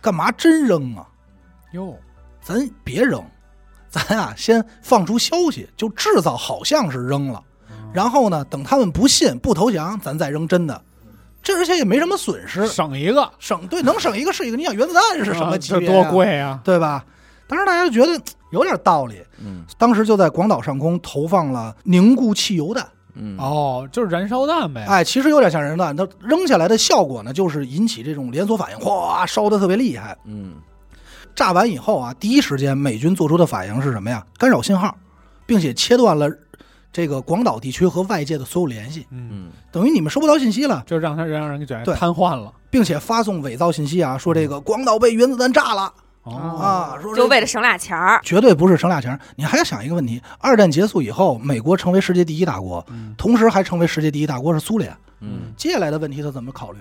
干嘛真扔啊？
哟，
咱别扔，咱啊先放出消息，就制造好像是扔了，
嗯
然后呢，等他们不信不投降，咱再扔真的。这而且也没什么损失，
省一个
省对能省一个是一个。你想原子弹是什么
啊
级
这
别、
多，贵啊！
对吧？当时大家就觉得嘖有点道理，
嗯
当时就在广岛上空投放了凝固汽油弹。
嗯，
哦，就是燃烧弹呗。
哎，其实有点像人弹，它扔下来的效果呢，就是引起这种连锁反应，哗，烧的特别厉害。
嗯
炸完以后啊，第一时间美军做出的反应是什么呀？干扰信号，并且切断了这个广岛地区和外界的所有联系，
嗯，
嗯
等于你们收不到信息了，
就让他让人给卷
对
瘫痪了。
并且发送伪造信息啊，说这个广岛被原子弹炸了
哦，
啊，说这
就为了省俩钱儿，
绝对不是省俩钱儿。你还要想一个问题：二战结束以后，美国成为世界第一大国，
嗯
同时还成为世界第一大国是苏联。
嗯
接下来的问题他怎么考虑？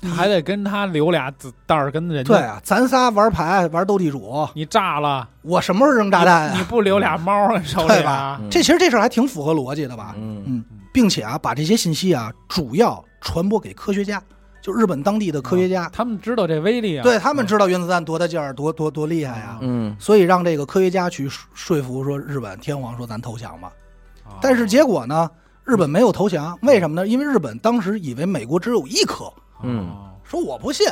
他还得跟他留俩子弹儿跟人
对
家。
啊，咱仨玩牌玩斗地主，
你炸了
我什么时候扔炸弹
你你
啊？
不留俩猫儿手
对
里
吧
啊？
嗯
这其实这事儿还挺符合逻辑的吧？
嗯
嗯，并且啊，把这些信息啊，主要传播给科学家，就日本当地的科学家，
他们知道这威力啊。
对他们知道原子弹多大劲儿，多多多厉害呀、
嗯
所以让这个科学家去说说服说日本天皇说咱投降吧。
啊，
但是结果呢，日本没有投降，为什么呢？因为日本当时以为美国只有一颗，
嗯
说我不信，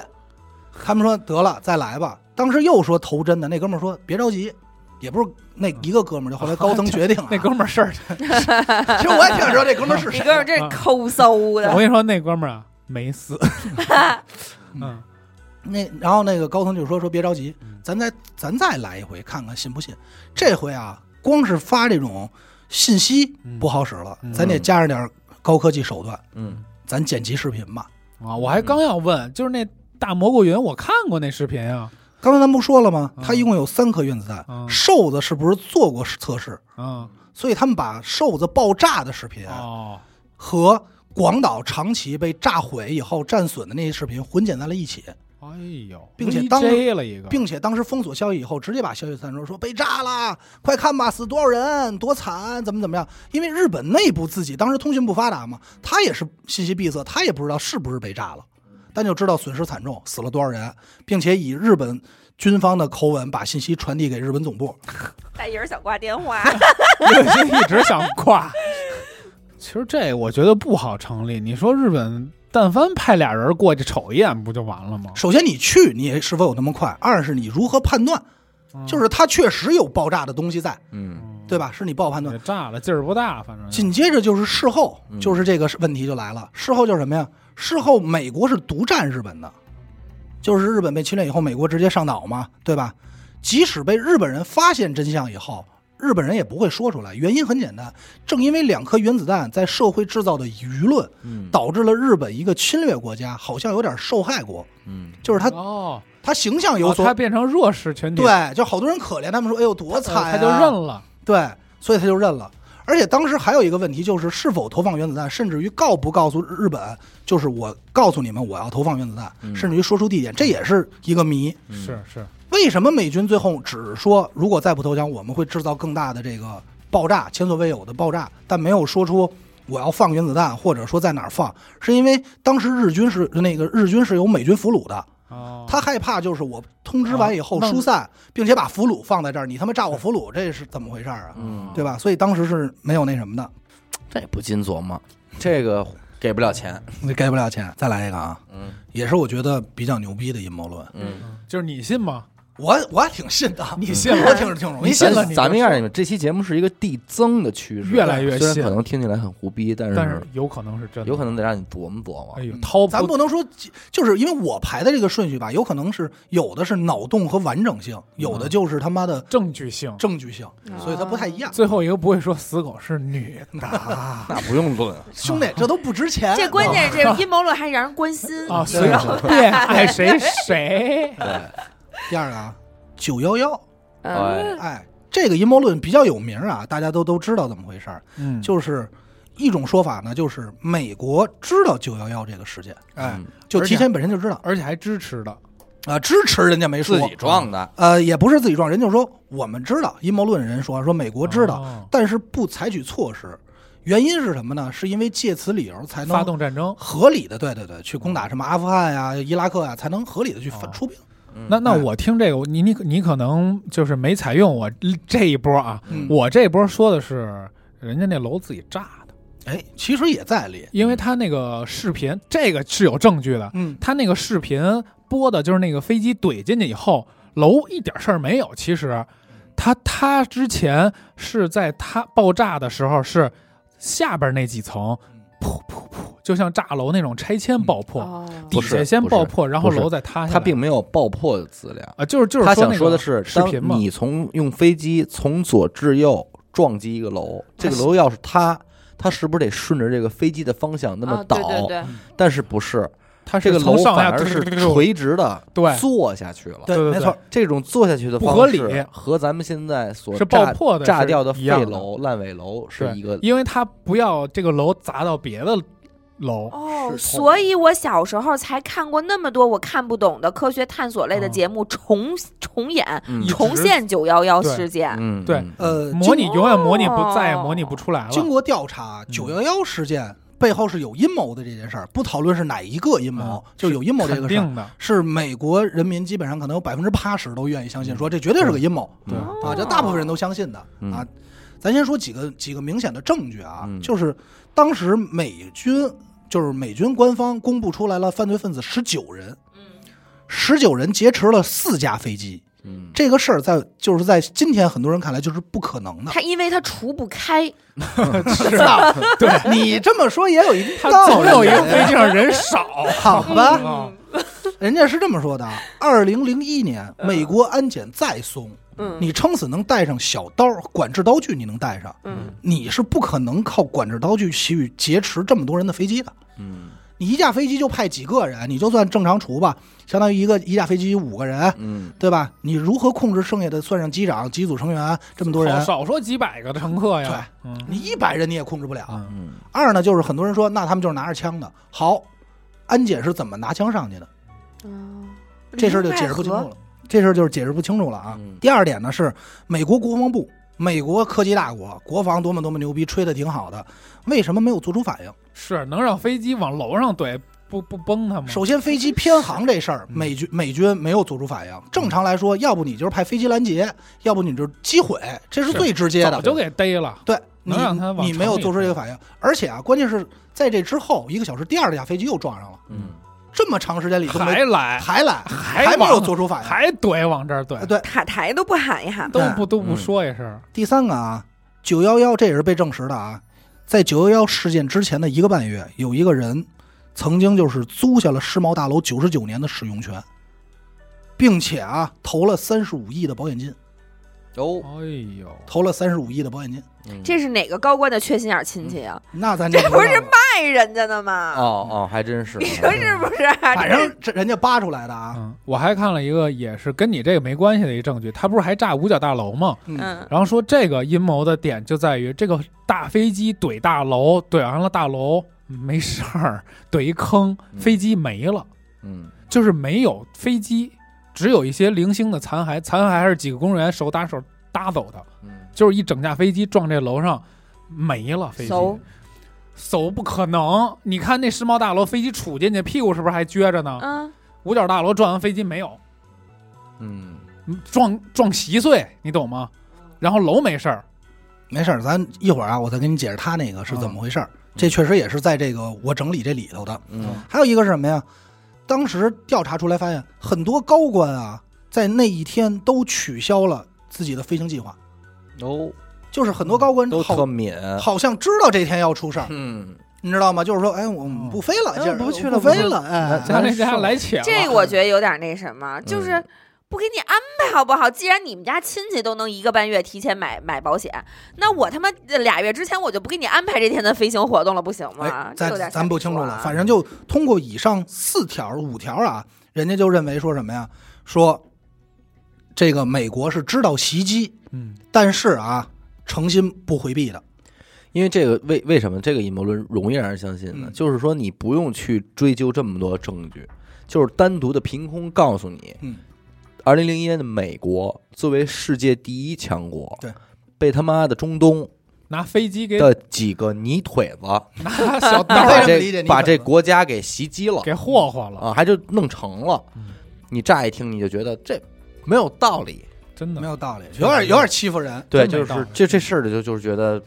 他们说得了再来吧。当时又说投真的，那哥们儿说别着急。也不是那一个哥们儿，就后来高层决定啊、
(laughs) 那哥们
(laughs)
儿事儿，
其实我也挺想知道这哥们儿 (laughs) 是
你
谁。啊
哥们儿真是抠搜
我
的，
跟你说，那哥们儿啊没死。 (laughs) 嗯，
那然后那个高层就说说别着急
嗯，
咱再咱再来一回看看信不信。这回啊，光是发这种信息
嗯
不好使了，
嗯
咱得加上点高科技手段，
嗯
咱剪辑视频吧。
啊！我还刚要问，就是那大蘑菇云，我看过那视频啊，
刚才咱不说了吗？
嗯
它一共有三颗原子弹，
嗯
瘦子是不是做过测试？
嗯，
所以他们把瘦子爆炸的视频
哦，
和广岛长崎被炸毁以后战损的那些视频混剪在了一起，
哎呦，
并且当
VJ 了一个，
并且当时封锁消息以后，直接把消息散出，说被炸了，快看吧，死多少人，多惨，怎么怎么样？因为日本内部自己当时通讯不发达嘛，他也是信息闭塞，他也不知道是不是被炸了，但就知道损失惨重，死了多少人，并且以日本军方的口吻把信息传递给日本总部。
大爷儿想挂电话，
(laughs) 有些一直想挂。 (laughs) 其实这我觉得不好成立。你说日本但凡派俩人过去瞅一眼，不就完了吗？
首先你去，你也是否有那么快？二是你如何判断？就是它确实有爆炸的东西在，
嗯，
对吧？是你不好判断
也。炸了，劲儿不大，反正
紧接着就是事后，
嗯
就是这个问题就来了。事后就是什么呀？事后美国是独占日本的，就是日本被侵略以后，美国直接上岛嘛，对吧？即使被日本人发现真相以后，日本人也不会说出来。原因很简单，正因为两颗原子弹在社会制造的舆论，
嗯
嗯
导致了日本一个侵略国家好像有点受害国，
嗯，
就是他
哦，
他形象有
哦
所、
他变成弱势群体，
对，就好多人可怜他们说，哎呦多
呃，
惨、啊，
他就认了。
对，所以他就认了。而且当时还有一个问题，就是是否投放原子弹，甚至于告不告诉日本，就是我告诉你们我要投放原子弹，
嗯
甚至于说出地点，这也是一个谜。
是是，
为什么美军最后只说如果再不投降，我们会制造更大的这个爆炸，前所未有的爆炸，但没有说出我要放原子弹，或者说在哪儿放？是因为当时日军是那个日军是有美军俘虏的，
哦，
他害怕就是我通知完以后
哦那
疏散，并且把俘虏放在这儿，你他妈炸我俘虏，这是怎么回事儿啊？
嗯
对吧？所以当时是没有那什么的，
嗯
这不禁琢磨，这个给不了钱，
那给不了钱。再来一个啊，
嗯，
也是我觉得比较牛逼的阴谋论，
嗯，
就是你信吗？
我我还挺信的，
你信吗
我挺挺容易
你
信
信
的
了。
咱咱们告诉你们，这期节目是一个递增的趋势，
越来越
虽然
信
可能听起来很胡逼，但
但是有可能是真的，
有可能得让你琢磨琢磨
哎。呦，掏
嗯咱
不
不能说，就是因为我排的这个顺序吧，有可能是有的是脑洞和完整性，有的就是他妈的
证据性。
证据性，所以它不太一样。
啊最后一个不会说死狗是女
啊，
那不用论，
兄弟，这都不值钱。
这关键是这阴谋论还让人关心 (laughs)
的啊，
是
随便爱谁谁。
第二个啊，九幺幺，
哎
(laughs)
嗯，
哎，这个阴谋论比较有名啊，大家都都知道怎么回事儿。
嗯，
就是一种说法呢，就是美国知道九幺幺这个事件，哎，
嗯
就
而
提
且
前本身就知道
而且还支持的，
啊、支持人家没说
自己，撞的，
呃，也不是自己撞，人就说我们知道，阴谋论人说说美国知道，
哦
但是不采取措施，原因是什么呢？是因为借此理由才
发
能
动战争。
合理的，对对对，去攻打什么阿富汗呀、伊拉克呀、才能合理的去发
哦
出兵。
嗯
那那
哎
我听这个，我你你你可能就是没采用我这一波啊，
嗯
我这波说的是人家那楼自己炸的，
哎，其实也在理，
因为他那个视频，这个是有证据的，
嗯，
他那个视频播的就是那个飞机怼进去以后，楼一点事儿没有。其
嗯
实，他他之前是在他爆炸的时候是下边那几层，
嗯
噗噗噗，就像炸楼那种拆迁爆破，
哦
底
不是
下先
嗯不是
爆破，然后
不是
楼再塌下来。
他并没有爆破的资料。
啊，就是就是
他想
那
说
个
的是，
视频嘛
当，你从用飞机从左至右撞击一个楼，这个楼要是塌，它是不是得顺着这个飞机的方向那么
啊
倒？
对对对，
但是不是
他
这个
从
楼
上
反
下
而是
嘟嘟嘟嘟
垂直的，
对
坐下去了。
对，
对对
没错，
这种坐下去的
不
方
合
式
理
和咱们现在所
是
炸
爆破的
炸
是
掉的
一样
废
的
楼、烂尾楼是
对
一个
因为他不要这个楼砸到别的楼，
哦，
是
所以我小时候才看过那么多我看不懂的科学探索类的
嗯
节目，重重演、
嗯
一直
重现九幺幺
对
事件。
嗯
对
嗯
呃，
模拟永远模拟不再也
哦
模拟不出来了。
经过调查，九幺幺事件背后是有阴谋的这件事儿，不讨论是哪一个阴谋
嗯，
哦就有阴谋这
肯
个事儿，
定的，
是美国人民基本上可能有百分之八十都愿意相信，说这绝对是个阴谋
对
哦
啊，这大部分人都相信的
嗯
啊。咱先说几个几个明显的证据啊
嗯，
就是当时美军就是美军官方公布出来了犯罪分子十九人，
嗯，
十九人劫持了四架飞机，
嗯，
这个事儿在就是在今天很多人看来就是不可能的。
他因为他除不开，
是
(laughs)
啊，对你这么说也有一定
他
道理。。
总有一个飞机上人少
(laughs) 好吧，
嗯
人家是这么说的：，啊二零零一年，美国安检再松，
嗯
你撑死能带上小刀、管制刀具，你能带上，
嗯
你是不可能靠管制刀具去劫持这么多人的飞机的。
嗯
你一架飞机就派几个人，你就算正常除吧，相当于一个一架飞机五个人，
嗯，
对吧？你如何控制剩下的？算上机长、机组成员这么多人，
少说几百个乘客呀。嗯
你一百人你也控制不了。
嗯
嗯
二呢，就是很多人说，那他们就是拿着枪的。好，安检是怎么拿枪上去的？
嗯，
这事儿就解释不清楚了。这事儿就是解释不清楚了啊。
嗯
第二点呢是美国国防部，美国科技大国，国防多么多么牛逼，吹的挺好的，为什么没有做出反应？
是能让飞机往楼上怼，不不崩它吗？
首先，飞机偏航这事儿，
嗯
美军美军没有做出反应。正常来说，要不你就是派飞机拦截，要不你就是击毁，这是
是
最直接
早
的。
就给逮了。
对，你
能让它往
你没有
城里
做出这个
飞
反应，而且啊，关键是在这之后一个小时，第二架飞机又撞上了。
嗯，
这么长时间里都没
还来，
还来，
哎还
还没有
往
做出反应。
还怼往这儿
呃
怼，
对，
塔台都不喊一喊，
都
对
不都不
嗯
说一声。
第三个啊，九幺幺这也是被证实的啊，在九幺幺事件之前的一个半月，有一个人曾经就是租下了世贸大楼九十九年的使用权，并且啊投了三十五亿的保险金，
哦，
哎呦，
投了三十五亿的保险金，
嗯
这是哪个高官的缺心眼儿亲戚啊？
那咱就
这不
知
是
道了
卖人家的吗？
哦哦，还真是，
(laughs) 你说是不是啊？
反正这人家扒出来的啊，
嗯，我还看了一个也是跟你这个没关系的一证据，他不是还炸五角大楼吗？
这
嗯，
嗯，
然后说这个阴谋的点就在于这个大飞机怼大楼，怼完了大楼没事儿，怼一坑，
嗯
飞机没了，
嗯
就是没有飞机，只有一些零星的残骸，残骸还是几个工作人员手搭手搭走的，
嗯
就是一整架飞机撞这楼上没了飞机。
熟
手不可能！你看那世贸大楼，飞机杵进去，屁股是不是还撅着
啊
呢？
嗯，
五角大楼撞完飞机没有，
嗯
撞撞稀碎，你懂吗？然后楼没事儿，
没事儿，咱一会儿啊，我再给你解释他那个是怎么回事
嗯
儿。这确实也是在这个我整理这里头的，
嗯
还有一个是什么呀？当时调查出来发现，很多高官啊，在那一天都取消了自己的飞行计划，
哦，
就是很多高官
都特
好
敏，
好像知道这天要出事儿，
嗯，
你知道吗？就是说，哎，我们不飞了，
嗯
今儿
不去
我
了
不飞
不去
了，哎，
咱这家来钱
这
了。
嗯
我觉得有点那什么，就是不给你安排好不好？既然你们家亲戚都能一个半月提前买买保险，那我他妈呃俩月之前我就不给你安排这天的飞行活动了，不行吗
哎，？
这有点啊
咱咱不清楚了，反正
正
就通过以上四条五条啊，人家就认为说什么呀？说这个美国是知道袭击，
嗯，
但是啊，诚心不回避的，
因为这个为为什么这个阴谋论容易让人相信呢？
嗯
就是说你不用去追究这么多证据，就是单独的凭空告诉你，
嗯，
二零零一年的美国作为世界第一强国，
对，
被他妈的中东
拿飞机给
的几个泥腿子
拿小刀
(laughs) 那为
把
什
儿
么哎理
这
解泥腿子
把这国家给袭击了
给霍霍了，
啊，还就弄成了
嗯。
你乍一听你就觉得这没有道理，
真
没
的。
有道理，有点有点欺负人。
对，
真没
就
道理
是这这事儿就就是觉得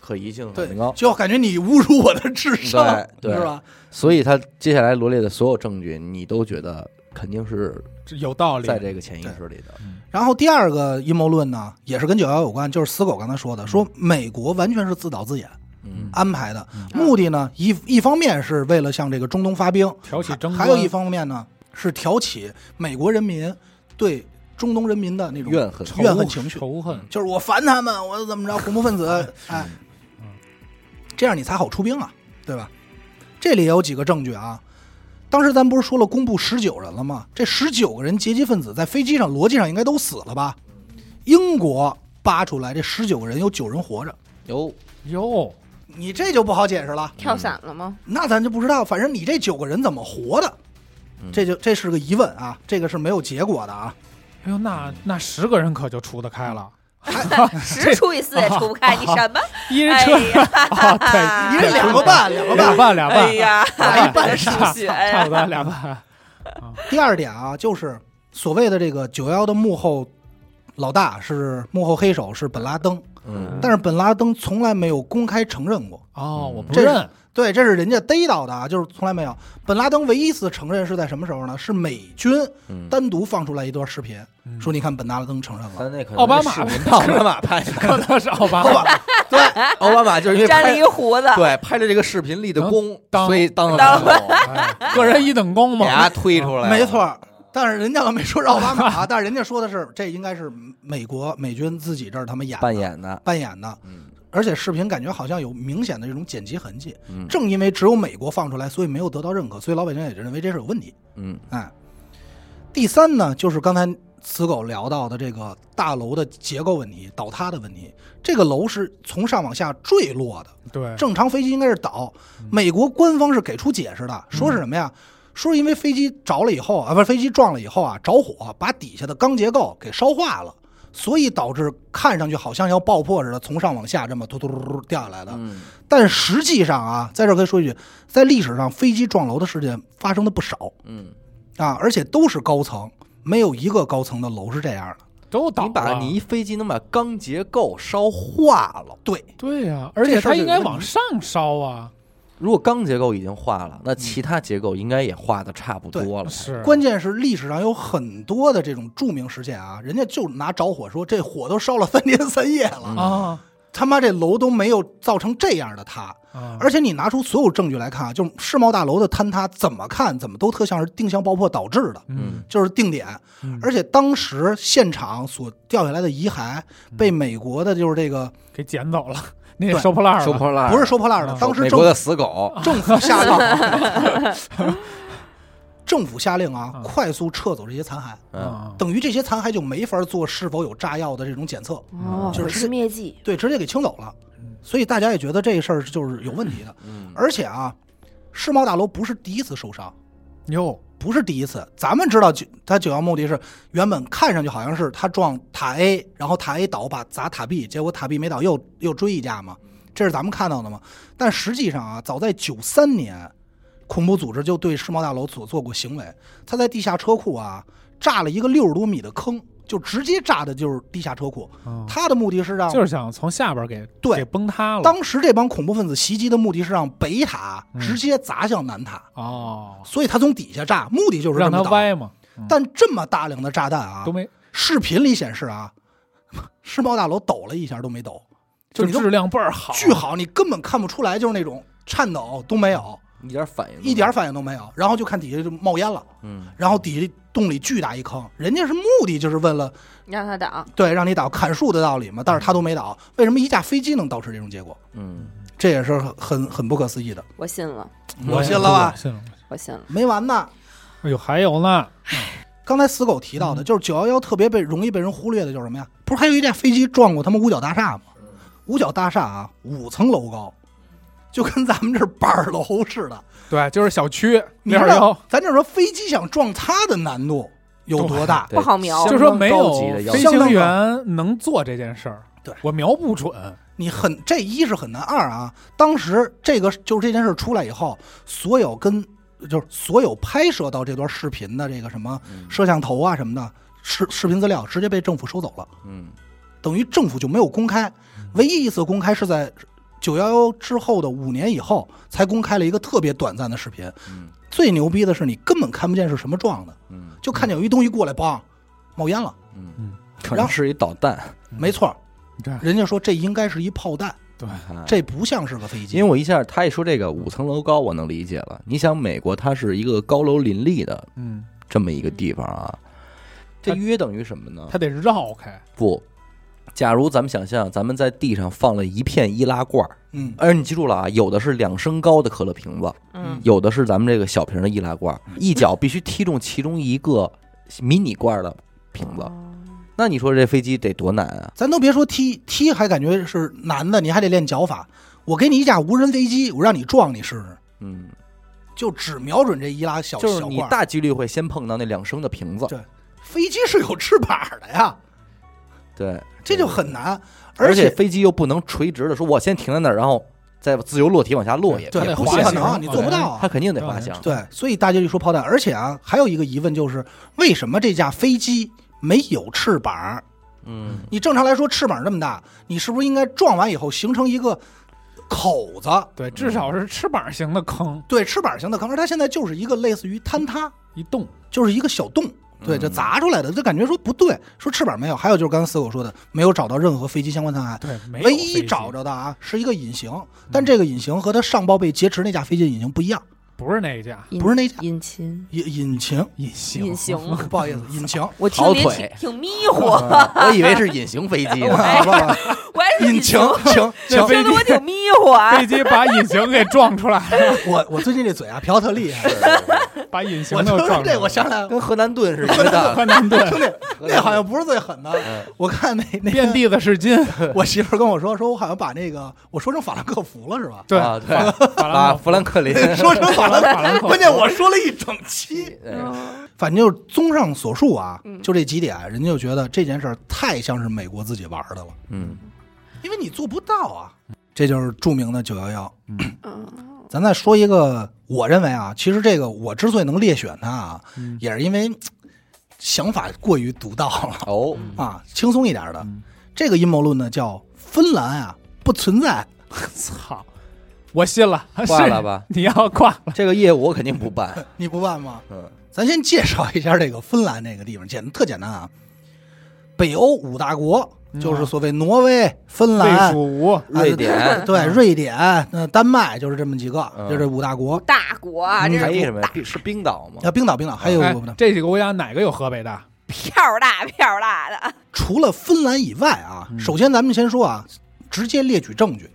可疑性
对
很高，，
就感觉你侮辱我的智商，
对对
是吧？
所以他接下来罗列的所有证据，你都觉得肯定是
这有道理，
在这个潜意识里的。
然后第二个阴谋论呢，也是跟九幺有关，就是死狗刚才说的，说美国完全是自导自演
嗯
安排的，
嗯
目的呢一一方面是为了向这个中东发兵，
挑起争端
还有一方面呢是挑起美国人民对中东人民的那种
怨恨
仇
怨恨情绪，
仇恨。
就是我烦他们，我怎么着恐怖分子，哎
嗯，
这样你才好出兵啊，对吧？这里也有几个证据啊。当时咱不是说了公布十九人了吗？这十九个人劫机分子在飞机上逻辑上应该都死了吧？英国扒出来这十九个人有九人活着，
有
嗯
哟，
你这就不好解释了。
跳伞
(laughs)
了吗？
那咱就不知道，反正你这九个人怎么活的，这就这是个疑问啊，这个是没有结果的啊。
哎呦，那那十个人可就出得开了，
十除以四也除不开，
(laughs)
你什么？
一人
哎
车
呀，
啊，对，
一人两个半，两个
俩
半。
半俩
哎
半，
呀，
来
(laughs)
一
我
半
的数
差
学
差不多俩半。哦
第二点啊，就是所谓的这个九幺的幕后老大是幕后黑手是本拉登，
嗯
但是本拉登从来没有公开承认过。
哦，我不
嗯这
认，
(laughs) 对，这是人家逮到的啊，就是从来没有。本拉登唯一一次承认是在什么时候呢？是美军
嗯，
单独放出来一段视频，
嗯
说你看本拉登承认了。
但那可能
奥巴马
是视频奥巴马拍的， (laughs)
可能是奥巴
好 (laughs)
马。
吧，对，
奥巴马就是
(laughs)
因为
粘了
拍
一胡子，
对拍了这个视频立的功，
当
所以当了
当
总统
哎个人一等功
给他
嘛，
推出来，
没错，儿。但是人家可没说是奥巴马，但是人家说的是这应该是美国美军自己这儿他们演的
扮演的，
扮演的。
嗯
而且视频感觉好像有明显的这种剪辑痕迹。
嗯
正因为只有美国放出来，所以没有得到认可，所以老百姓也认为这事儿有问题。
嗯
哎，第三呢，就是刚才死狗聊到的这个大楼的结构问题、倒塌的问题。这个楼是从上往下坠落的，
哎
对，
正常飞机应该是倒。
嗯
美国官方是给出解释的，说是什么呀？说是因为飞机着了以后啊，不是飞机撞了以后啊，着火把底下的钢结构给烧化了，所以导致看上去好像要爆破似的，从上往下这么突突突突掉下来的。
嗯
但实际上啊，在这儿可以说一句，在历史上飞机撞楼的事件发生的不少
嗯，
啊，而且都是高层，没有一个高层的楼是这样的。
都倒
你把
了
你一飞机能把钢结构烧化了，
对，
对呀、而
这
且
事儿
它
就
应该
有
往
问题
上烧啊，
如果钢结构已经化了，那其他结构应该也化的差不多了。
是
关键是历史上有很多的这种著名事件啊，人家就拿着火说这火都烧了三天三夜了，
啊
他妈这楼都没有造成这样的塌。
啊，
而且你拿出所有证据来看啊，就是世贸大楼的坍塌，怎么看怎么都特像是定向爆破导致的，
嗯
就是定点。
嗯
而且当时现场所掉下来的遗骸被美国的，就是这个
给捡走了，那也
对
收破烂儿
收
了
破烂嗯
不是收破烂的，
啊
当时啊
美
政
国的
府
死狗，
政府下令，政府下令啊，快速撤走这些残骸，
嗯，
啊，
等于这些残骸就没法做是否有炸药的这种检测，
哦，
就是
毁尸灭迹，
对，直接给清走了
嗯。
所以大家也觉得这事儿就是有问题的，
嗯
而且啊，世贸大楼不是第一次受伤。
哟，
不是第一次，咱们知道九他九幺目的是原本看上去好像是他撞塔 A，然后塔 A 倒把砸塔 B，结果塔 B 没倒又又追一架嘛，这是咱们看到的嘛。但实际上啊，早在九三年，恐怖组织就对世贸大楼所做过行为，他在地下车库啊炸了一个六十多米的坑，就直接炸的就是地下车库。
啊
他的目的是让
就是想从下边给
嗯对
给崩塌了，
当时这帮恐怖分子袭击的目的是让北塔
嗯
直接砸向南塔，
哦，
所以他从底下炸，目的就是这
让
么
它
倒。
歪嘛，嗯
但这么大量的炸弹啊，
都没，
视频里显示啊，世贸大楼抖了一下都没抖，就
就是
你都
质量倍儿好，啊
巨，好，你根本看不出来，就是那种颤抖都没有，
一点反
嗯
应都没有
一点反应都没有。然后就看底下就冒烟了，
嗯
然后底下洞里巨大一坑，人家是目的就是为了
你让他挡，
对让你倒砍树的道理嘛，但是他都没倒，为什么一架飞机能导致这种结果？
嗯，
这也是很很很不可思议的。
我信了，
我信了吧？
信了，
我信了，
没完呢。
哎呦，还有呢，
刚才死狗提到的，就是九幺幺特别被容易被人忽略的，就是什么呀？不是还有一架飞机撞过他们五角大厦吗？五角大厦啊，五层楼高，就跟咱们这儿板儿楼似的。
对，就是小区
你
六
知
二
道
幺，，
咱这说飞机想撞它的难度有多大？
对
不好瞄
相
就说没
当
有
高级的要
飞
求
相当
行
高
员能做这件事儿，
对
我瞄不准，
你很这一是很难，二啊，当时这个就是这件事出来以后，所有跟就是所有拍摄到这段视频的这个什么
嗯
摄像头啊什么的视视频资料，直接被政府收走了。
嗯
等于政府就没有公开，唯一一次公开是在九幺幺之后的五年以后才公开了一个特别短暂的视频。
嗯
最牛逼的是你根本看不见是什么撞的，
嗯
就看见有一东西过来，梆，冒烟了。
嗯，
嗯，
可能是一导弹，
嗯
没错，
对
人家说这应该是一炮弹，
对，
啊
这不像是个飞机。
因为我一下他一说这个五层楼高，我能理解了。你想，美国它是一个高楼林立的
嗯，
这么一个地方啊，
嗯
这约等于什么呢？
他得绕开，
不，假如咱们想象，咱们在地上放了一片易拉罐儿，
嗯，
而你记住了啊，有的是两升高的可乐瓶子，
嗯
有的是咱们这个小瓶的易拉罐儿，一脚必须踢中其中一个迷你罐儿的瓶子。
哦
那你说这飞机得多难啊？
咱都别说踢踢，还感觉是难的，你还得练脚法。我给你一架无人飞机，我让你撞，你试试，
嗯，
就只瞄准这易拉小
就是
小
你
罐儿。
大几率会先碰到那两升的瓶子
对，飞机是有翅膀的呀，
对，
这就很难。
而
且
飞机又不能垂直的说，我先停在那儿，然后再自由落体往下落也
对，
也
不
不
滑
现
可
实，
翔
能，你做不到
它
啊。
肯定得滑翔。
对，所以大家就说炮弹。而且啊，还有一个疑问就是，为什么这架飞机没有翅膀？
嗯，
(laughs) 你正常来说，翅膀这么大，你是不是应该撞完以后形成一个口子？
对，至少是翅膀型的坑，
对，翅膀型的坑，而它现在就是一个类似于坍塌，
一动，
就是一个小洞。
嗯
对，这砸出来的，就感觉说不对，说翅膀没有。还有就是刚才死狗说的，没有找到任何飞机相关残骸。
对，没有
唯
飞
一
机
找着的啊，是一个隐形，但这个隐形和它上报被劫持那架飞机的隐形不一样，
不是那一架
不是那架
引擎，
隐隐情，
隐形，
隐形，
(laughs) 不好意思，隐情。
我听
跑
着也
腿嗯
挺挺迷糊，哎
我以为是隐形飞机呢。
好吧，
(laughs) 我还
引擎 (laughs) 擎
那
擎，
飞
(laughs) 听
机
得我挺迷糊啊
(laughs) 飞。机把引擎给撞出来了，
我我最近这嘴啊瓢特厉害，
把引擎
我
都
就
撞出来
是
了。
这我想起
(laughs)
来
(laughs)
了，
跟河南盾是一个蛋。
河南队
兄
(laughs)
弟， (laughs) 那好像不是最狠的
嗯。
我看那那
遍
天
地的
(laughs)
是金，
我媳妇儿跟我说，说我好像把那个我说成法兰克福了是吧？
对
啊，对，
法
啊，
兰克
富兰克林，
说成法兰克，
法兰克
福，关键我说了一整期。
哎
反正就是综上所述啊
嗯，
就这几点，人家就觉得这件事儿太像是美国自己玩儿的了，
嗯，
因为你做不到啊。这就是著名的九幺幺。 (clears throat)
嗯
咱再说一个，我认为啊，其实这个我之所以能列选它啊，
嗯
也是因为嘖想法过于独到了。
哦，
啊，轻松一点的。
嗯
这个阴谋论呢，叫芬兰啊不存在。
操，我信了，
挂了
是
吧？
你要
(laughs)
挂
(laughs)
了，
这个业务我肯定不办。
你不办吗？
嗯
咱先介绍一下这个芬兰这个地方，简特简单啊。北欧五大国
嗯
就是所谓挪威、芬
魏
兰、
蜀吴，
啊
嗯瑞典
对瑞典、那丹麦，就是这么几个，
嗯
就这五大国。
(laughs) 大国啊，这
还有
是
什么呀？是冰岛吗
啊，？冰岛，冰岛还有、
哎这几个国家哪个有河北大？
票大票大的，
除了芬兰以外啊，
嗯
首先咱们先说啊，直接列举证据。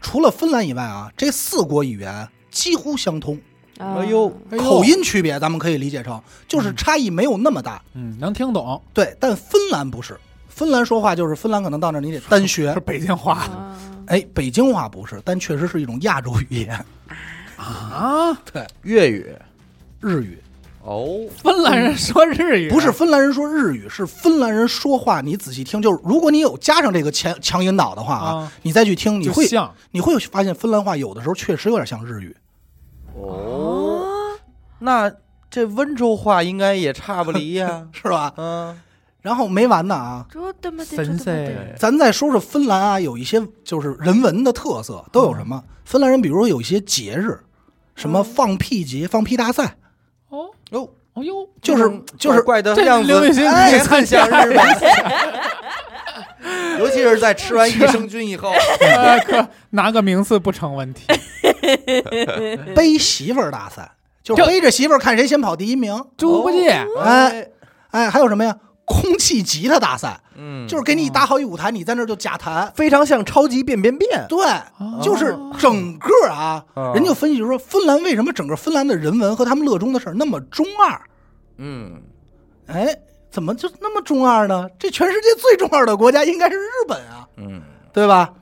除了芬兰以外啊，这四国语言几乎相通。
啊
哎呦，
哎呦
口，音区别，咱们可以理解成就是差异没有那么大。
嗯，能听懂，
对，但芬兰不是，芬兰说话就是芬兰，可能到那儿你得单学
(laughs) 是。北京话
嗯
哎，北京话不是，但确实是一种亚洲语言，
(laughs) 啊？
粤语
日语。
哦，
芬兰人说日语，
不是芬兰人说日语，是芬兰人说话。你仔细听，就是如果你有加上这个强强引导的话啊
啊，
你再去听，你
就
会
像
你会发现芬兰话有的时候确实有点像日语。。
哦，那这温州话应该也差不离呀 (laughs)
是吧？
嗯，
然后没完呢啊，
这他妈的，这他
神
妈的，
塞
咱再说说芬兰啊，有一些就是人文的特色都有什么？芬兰人比如说有一些节日，什么放屁节、放屁大赛，
哦
哟，
哦呦，
就是就是
怪的
这
样子，
刘雨欣
哎
你
很
参
像
加
日本， (laughs) 尤其是在吃完益生菌以后，
(laughs) 呃可拿个名次不成问题。
哎背媳妇儿大赛，就是
这
背着媳妇儿看谁先跑第一名。
猪八戒，
哎，哎，还有什么呀？空气吉他大赛，
嗯，
就是给你搭好一舞台，你在那儿就假弹。
非常像超级变变变，
对，就是整个啊，
哦
人就分析说，芬兰为什么整个芬兰的人文和他们乐中的事儿那么中二？
嗯，
哎，怎么就那么中二呢？这全世界最中二的国家应该是日本啊，
嗯，
对吧？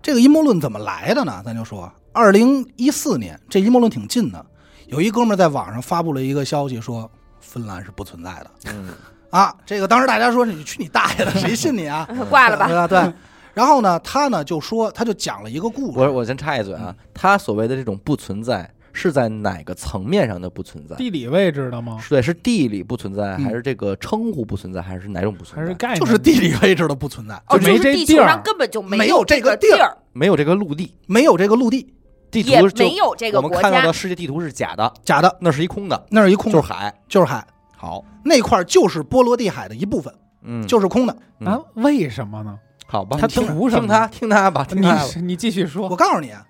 这个阴谋论怎么来的呢？咱就说，二零一四年，这阴谋论挺近的。有一哥们儿在网上发布了一个消息说，芬兰是不存在的。
嗯，
啊，这个当时大家说你去你大爷的，谁信你
(laughs)
啊？
嗯挂了
对吧？
吧，
对。然后呢，他呢就说，他就讲了一个故事。
我我先插一嘴啊，他所谓的这种不存在是在哪个层面上的不存在？
地理位置的吗？
是对，是地理不存在，
嗯
还是这个称呼不存在，还是哪种不
还
存
是
在？
概念？
就是地理位置的不存在，
哦，
就没
是
这
地
地
球
儿
上根本就
没有
有
这
这
个
地
地儿
儿，
没有这个陆地，
没有这个陆地，
地
也
图就
没有这个
我们
国
看到
家
的。世界地图是假的，
假的，
那是一空的，
那是一空，
就是海。
就是海，
好，
那块儿就是波罗的海的一部分，
嗯，
就是空的。
嗯
啊？为什么呢？
好吧。
他
听
图什么
听他听他吧，听
你
他吧。
你继续
我
说
告诉你，
啊，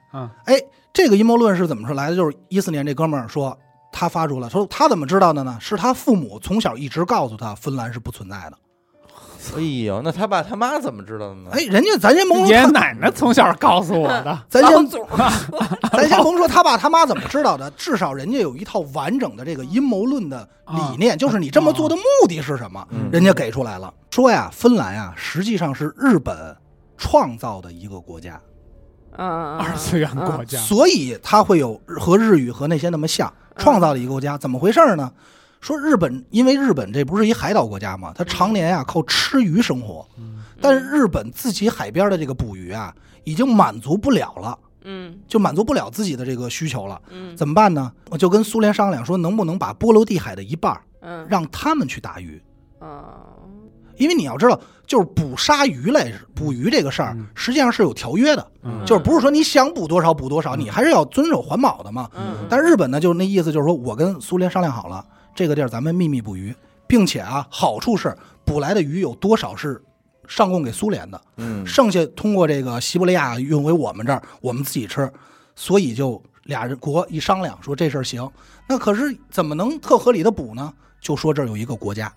哎，这个阴谋论是怎么说来的？就是一四年这哥们儿说他发出了，说他怎么知道的呢？是他父母从小一直告诉他芬兰是不存在
嗯
的。
哎呦，那他爸他妈怎么知道的呢？
哎，人家咱先甭
爷
说
爷
他，。
奶奶从小告诉我的
咱
老
先
祖，
(laughs) 咱先甭说他爸他妈怎么知道的，至少人家有一套完整的这个阴谋论的
啊
理念，就是你这么做的目的是什么，
嗯
人家给出来了。说呀，芬兰呀，实际上是日本创造的一个国家，
嗯，
二次元国家，嗯
所以它会有和日语和那些那么像，创造了一个国家。怎么回事儿呢？说日本，因为日本这不是一海岛国家嘛，它常年啊靠吃鱼生活，
嗯
但是日本自己海边的这个捕鱼啊，已经满足不了了，
嗯
就满足不了自己的这个需求了。
嗯
怎么办呢？我就跟苏联商量说，能不能把波罗的海的一半儿
嗯
让他们去打鱼？
嗯
因为你要知道，就是捕鲨鱼来捕鱼这个事儿
嗯，
实际上是有条约的，
嗯
就是不是说你想捕多少捕多少，你还是要遵守环保的嘛。
嗯，
但日本呢，就是那意思，就是说我跟苏联商量好了，这个地儿咱们秘密捕鱼，并且啊，好处是捕来的鱼有多少是上供给苏联的，
嗯
剩下通过这个西伯利亚运回我们这儿，我们自己吃。所以就俩人国一商量，说这事儿行。那可是怎么能特合理的补呢？就说这儿有一个国家，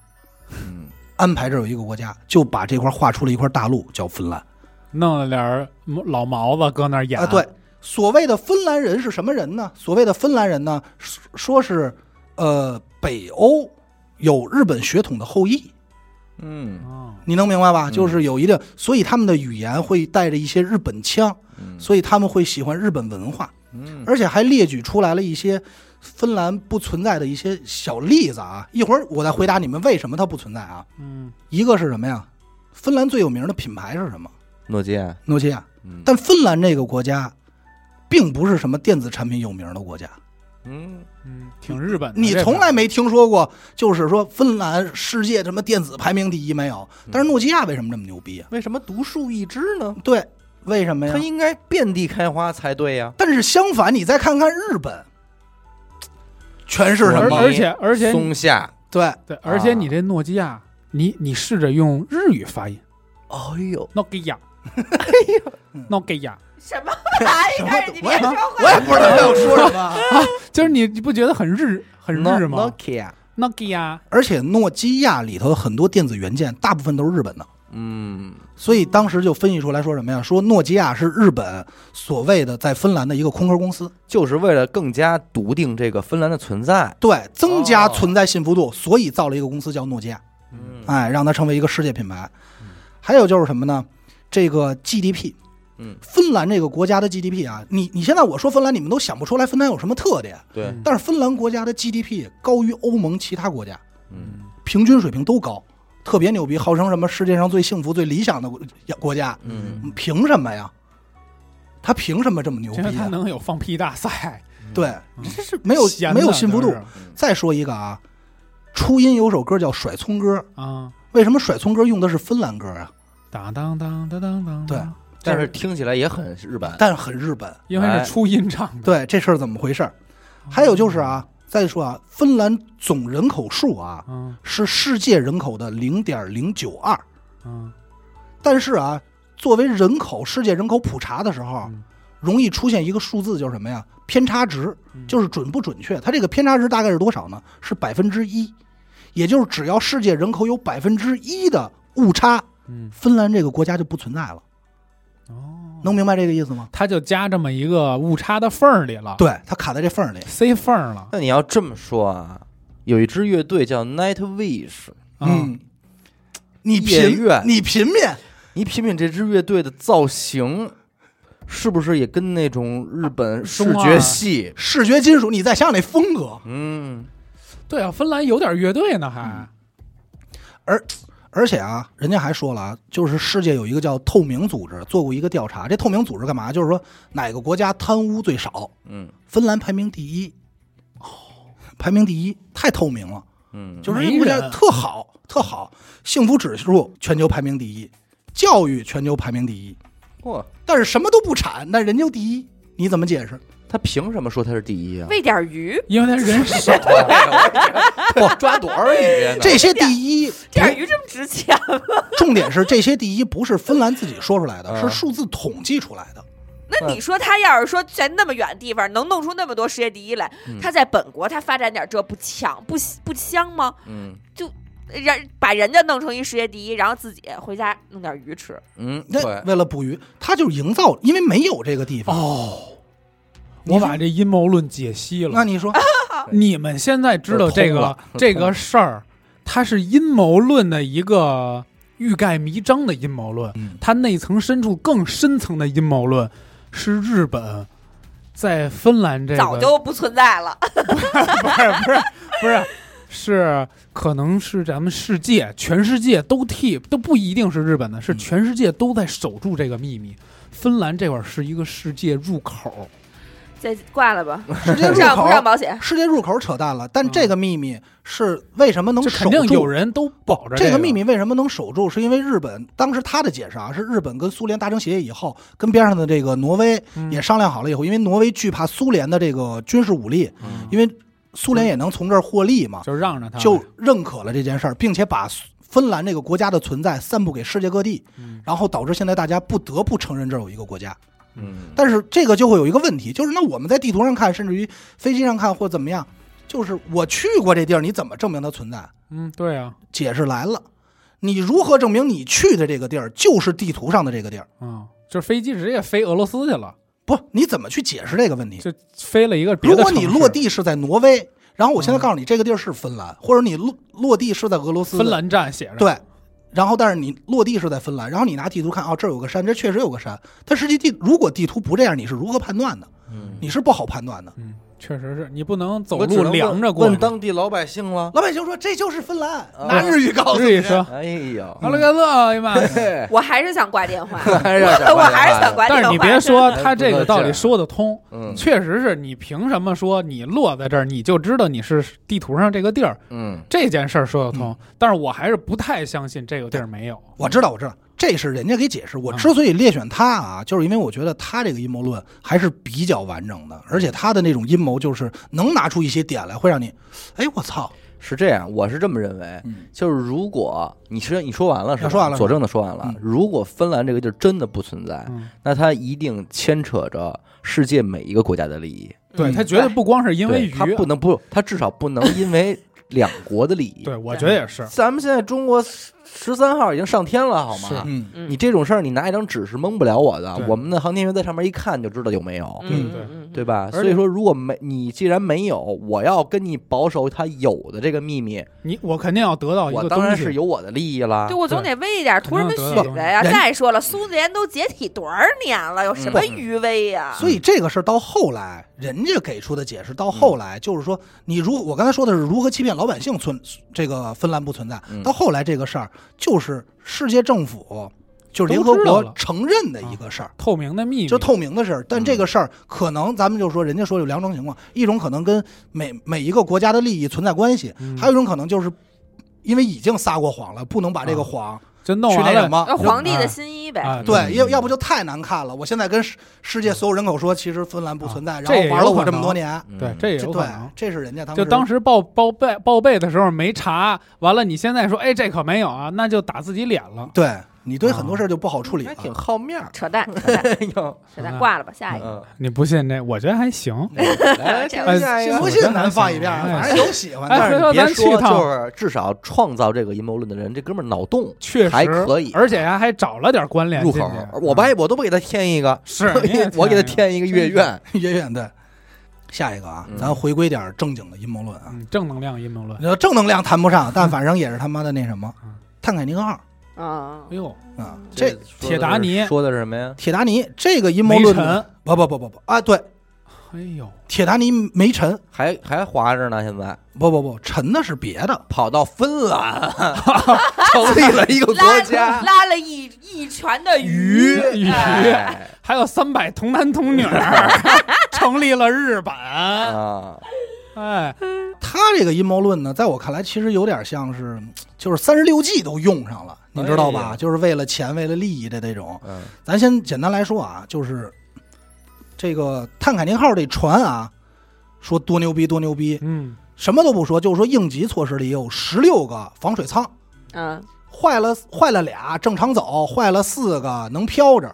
嗯
安排这儿有一个国家，就把这块儿划出了一块大陆，叫芬兰。
弄了点儿老毛子搁那儿演。
啊，对，，所谓的芬兰人是什么人呢？所谓的芬兰人呢，说说是呃北欧有日本血统的后裔，
嗯
哦、
你能明白吧？
嗯
就是有一定，所以他们的语言会带着一些日本腔，
嗯
所以他们会喜欢日本文化，
嗯
而且还列举出来了一些芬兰不存在的一些小例子啊。一会儿我再回答你们为什么它不存在啊。
嗯，
一个是什么呀？芬兰最有名的品牌是什么？
诺基亚，
诺基亚。
嗯
但芬兰这个国家，并不是什么电子产品有名的国家。
嗯
嗯，挺日本的。
你
这个
从来没听说过，就是说芬兰世界什么电子排名第一没有？
嗯
但是诺基亚为什么这么牛逼啊？
为什么独树一帜呢？
对，为什么呀
它？应该遍地开花才对呀。
但是相反，你再看看日本，全是什
而
我
么？
而且而且
松下，
对，
对，而且你这诺基亚，你你试着用日语发音，
哎呦，
诺基
(laughs)
亚，
嗯
诺基亚，
什么玩意
什么
儿？你别说话，
我也不知道要说什么。
就是你你不觉得很日很日吗？
？Nokia，
诺基亚，
而且诺基亚里头很多电子元件，大部分都是日本的，
嗯
所以当时就分析出来说什么呀？说诺基亚是日本所谓的在芬兰的一个空壳公司，，
就是为了更加笃定这个芬兰的存在。
对，增加
哦
存在信服度，所以造了一个公司叫诺基亚。
嗯
哎，让它成为一个世界品牌。还有就是什么呢？这个 GDP，
嗯
芬兰这个国家的 GDP 啊，你你现在我说芬兰，你们都想不出来芬兰有什么特点，
啊嗯
对，
但是芬兰国家的 GDP 高于欧盟其他国家，
嗯
平均水平都高，特别牛逼，号称什么世界上最幸福、最理想的国国家，
嗯，
凭什么呀？他凭什么这么牛逼
觉得他
啊、
能有放屁大赛，
对，
嗯
这是没有
闲的
没有信服度
就是。
再说一个啊，初音有首歌叫《甩葱歌》，
啊，
为什么甩葱歌用的是芬兰歌啊？
当当当当当当，
对，
但是听起来也很日本。
但很日本。
因为是初音唱的，
对，这事儿怎么回事儿？还有就是啊，再说啊，芬兰总人口数啊
嗯
是世界人口的零点零九二，
嗯
但是啊，作为人口世界人口普查的时候
嗯，
容易出现一个数字，就是什么呀？偏差值，
嗯
就是准不准确。它这个偏差值大概是多少呢？是百分之一，也就是只要世界人口有百分之一的误差，
嗯
芬兰这个国家就不存在了。
哦，
能明白这个意思吗？
他就加这么一个误差的缝儿里了，
对，它卡在这缝儿里。
塞缝儿了，
那你要这么说啊，有一支乐队叫 Nightwish，
啊，
嗯，你
夜
品
愿
你品品，
你品品这支乐队的造型，是不是也跟那种日本视觉系？
视觉金属，你再想想那风格。
嗯，
对啊，芬兰有点乐队呢，
嗯
还
而且啊，人家还说了啊，就是世界有一个叫透明组织做过一个调查，这透明组织干嘛？就是说哪个国家贪污最少？
嗯
芬兰排名第一，哦，排名第一，太透明了，
嗯，
就是
没
这国家
人
特好，特好，幸福指数全球排名第一，教育全球排名第一，
嚯，
但是什么都不产，但人就第一，你怎么解释？
他凭什么说他是第一啊？
喂点鱼，
因为他人少，
(laughs)
抓多少 (laughs) 鱼
这些第一
点鱼这么值钱？
重点是这些第一不是芬兰自己说出来的，
嗯
是数字统计出来的。
(laughs) 那你说他要是说在那么远的地方能弄出那么多世界第一来，
嗯
他在本国他发展点这不抢不不香吗？
嗯
让把人家弄成一世界第一，然后自己回家弄点鱼吃，
嗯，
那
对，
为了捕鱼，他就营造，因为没有这个地方。
哦，
你
我
说
把这阴谋论解析
那
了。
你说，
你们现在知道这
我
个
通了
这个事儿，它是阴谋论的一个欲盖弥彰的阴谋论，
嗯
它内层深处更深层的阴谋论是日本在芬兰这个
早就不存在了。
不是不是不是是可能是咱们世界全世界都替都不一定是日本的，是
嗯
全世界都在守住这个秘密。芬兰这块儿是一个世界入口，
再挂了吧，
世界
不
入
啊
上不上
口，
保险。
世界入口扯淡了。但
嗯
这个秘密是为什么能
这
守
肯定有
住？
人都保着
这
个
个秘。密为什么能守住？是因为日本当时他的解释啊，是日本跟苏联达成协议以后，跟边上的这个挪威
嗯
也商量好了以后，因为挪威惧怕苏联的这个军事武力，因为苏联也能从这儿获利嘛，
嗯就让着
嗯
他，
就认可了这件事儿，并且把苏芬兰这个国家的存在散布给世界各地，
嗯
然后导致现在大家不得不承认这儿有一个国家。
嗯，
但是这个就会有一个问题，就是那我们在地图上看，甚至于飞机上看或怎么样，就是我去过这地儿，你怎么证明它存在？
嗯，对啊，
解释来了，你如何证明你去的这个地儿就是地图上的这个地儿？
嗯，就是飞机直接飞俄罗斯去了，
不，你怎么去解释这个问题？
就飞了一个
嗯
别
如
的
果
城
你
市
落地是在挪威，然后我现在告诉你这个地儿是芬兰，或者你落落地是在俄罗斯，
芬兰站写着，
对，然后但是你落地是在芬兰，然后你拿地图看，哦，这儿有个山，这确实有个山，但实际地如果地图不这样，你是如何判断的？
嗯，
你是不好判断的。
嗯，确实是你不能走
我只能
路
问
凉着过
问
去。
当地老百姓了。
老百姓说这就是芬兰，
啊
拿日语告诉你。
日语说
哎呦，
(laughs)
哎
阿拉甘勒，哎呀
(laughs)
妈呀！
嘿
我还是想挂
(laughs)
电话，
还是想
我我还是想挂电话。
但是你别说，
哎
他这
不
个
够
道
劲儿
理说得通，
嗯
确实是你凭什么说你落在这儿，你就知道你是地图上这个地儿？
嗯，
这件事儿说得通，但是我还是不太相信这个地儿没有。
我知道，我知道，这是人家给解释。
啊
我之所以列选他啊，就是因为我觉得他这个阴谋论还是比较完整的，而且他的那种阴谋就是能拿出一些点来，会让你，哎，我操，
是这样，我是这么认为，
嗯
就是如果你是你说完了是吧？
说完了
佐证的说完了
嗯。
如果芬兰这个地儿真的不存在，
嗯，
那它一定牵扯着世界每一个国家的利益，
对
嗯
他绝对不光是因为
对
鱼，
它不能不，它至少不
(laughs)
能因为两国的利益。
对，我觉得也是。
咱们现在中国十三号已经上天了，好
是
吗？
嗯，
嗯
你这种事儿，你拿一张纸是蒙不了我的
对。
我们的航天员在上面一看就知道有没有，
嗯
对
嗯
对吧？
而且
所以说，如果没你既然没有，我要跟你保守他有的这个秘密，
你我肯定要得哦到一
我
个
当然
东西
是，有我的利益了
对，。我总得喂一点，图什么
肯定
许
得
的呀？
人
再说了，苏联都解体多少年了，有什么余威呀？
所以这个事儿到后来，人家给出的解释到
嗯
后来就是说，你如我刚才说的是如何欺骗老百姓存这个芬兰不存在，
嗯
到后来这个事儿就是世界政府就是联
都
合
知道
国
了啊
承认的一个事儿。
透明的秘密，
就透明的事儿，但
嗯
这个事儿可能咱们就说，人家说有两种情况，一种可能跟每每一个国家的利益存在关系，
嗯
还有一种可能就是因为已经撒过谎了，不能把这个谎
就弄
去啊那
啊完
什
了。
么
那。
就
皇帝的新衣呗，
啊，
对，要
嗯
要不就太难看了。我现在跟世世界所有人口说，其实芬兰不存在，然
这也
后玩了
有
我
可
这么多
能
年，
嗯
对，这也
这
有
对
可能。，
这是人家当
就
时
当时报报备报备的时候没查，完了你现在说，哎，这可没有啊，那就打自己脸了。
对你对很
啊
多事儿就不好处理了
还。挺好面 (laughs) 儿。
扯淡，扯淡，
哎呦，
扯
(laughs)
淡，挂了吧，下一个。
嗯，
你不信这？我觉得还行。
来听一下一
信
个
不信咱放一边儿，
哎
反正有喜欢
哎
但
的。
是你别说，
回头咱去趟
就是至少创造这个阴谋论的人，这哥们儿脑洞
确实
还可以啊
而且还还找了点关联
入
进
口
去。
我把我都不给他添一个，
嗯是你
(laughs)
也
我给他
一个
添一个月院。
(laughs) 远远的，下一个啊
嗯，
咱回归点儿正经的阴谋论啊。
嗯正能量阴谋论。
你说正能量谈不上，但反正也是他妈的那什么
嗯，
泰坦尼克号
啊
哎，呦，
啊，
这说的是
这
铁达尼
说的是什么呀？
铁达尼这个阴谋
没
论呢，
沉，
不不不不不啊，对，
哎呦，
铁达尼没沉，
还还滑着呢，现在
不不不，沉的是别的，
跑到芬
(laughs)
兰成立了一个
拉
国家。
拉了一一船的
鱼鱼
哎
哎
还有三百童男童女儿， (laughs) 成立了日本。
啊，
哎，
他这个阴谋论呢，在我看来其实有点像是，就是三十六计都用上了，你知道
哎
吧？
呀
就是为了钱、为了利益的这种。
嗯
咱先简单来说啊，就是这个泰坦尼克号这船啊，说多牛逼多牛逼，
嗯，
什么都不说，就是说应急措施里有十六个防水舱。
嗯，
坏了坏了俩，正常走；坏了四个能飘着，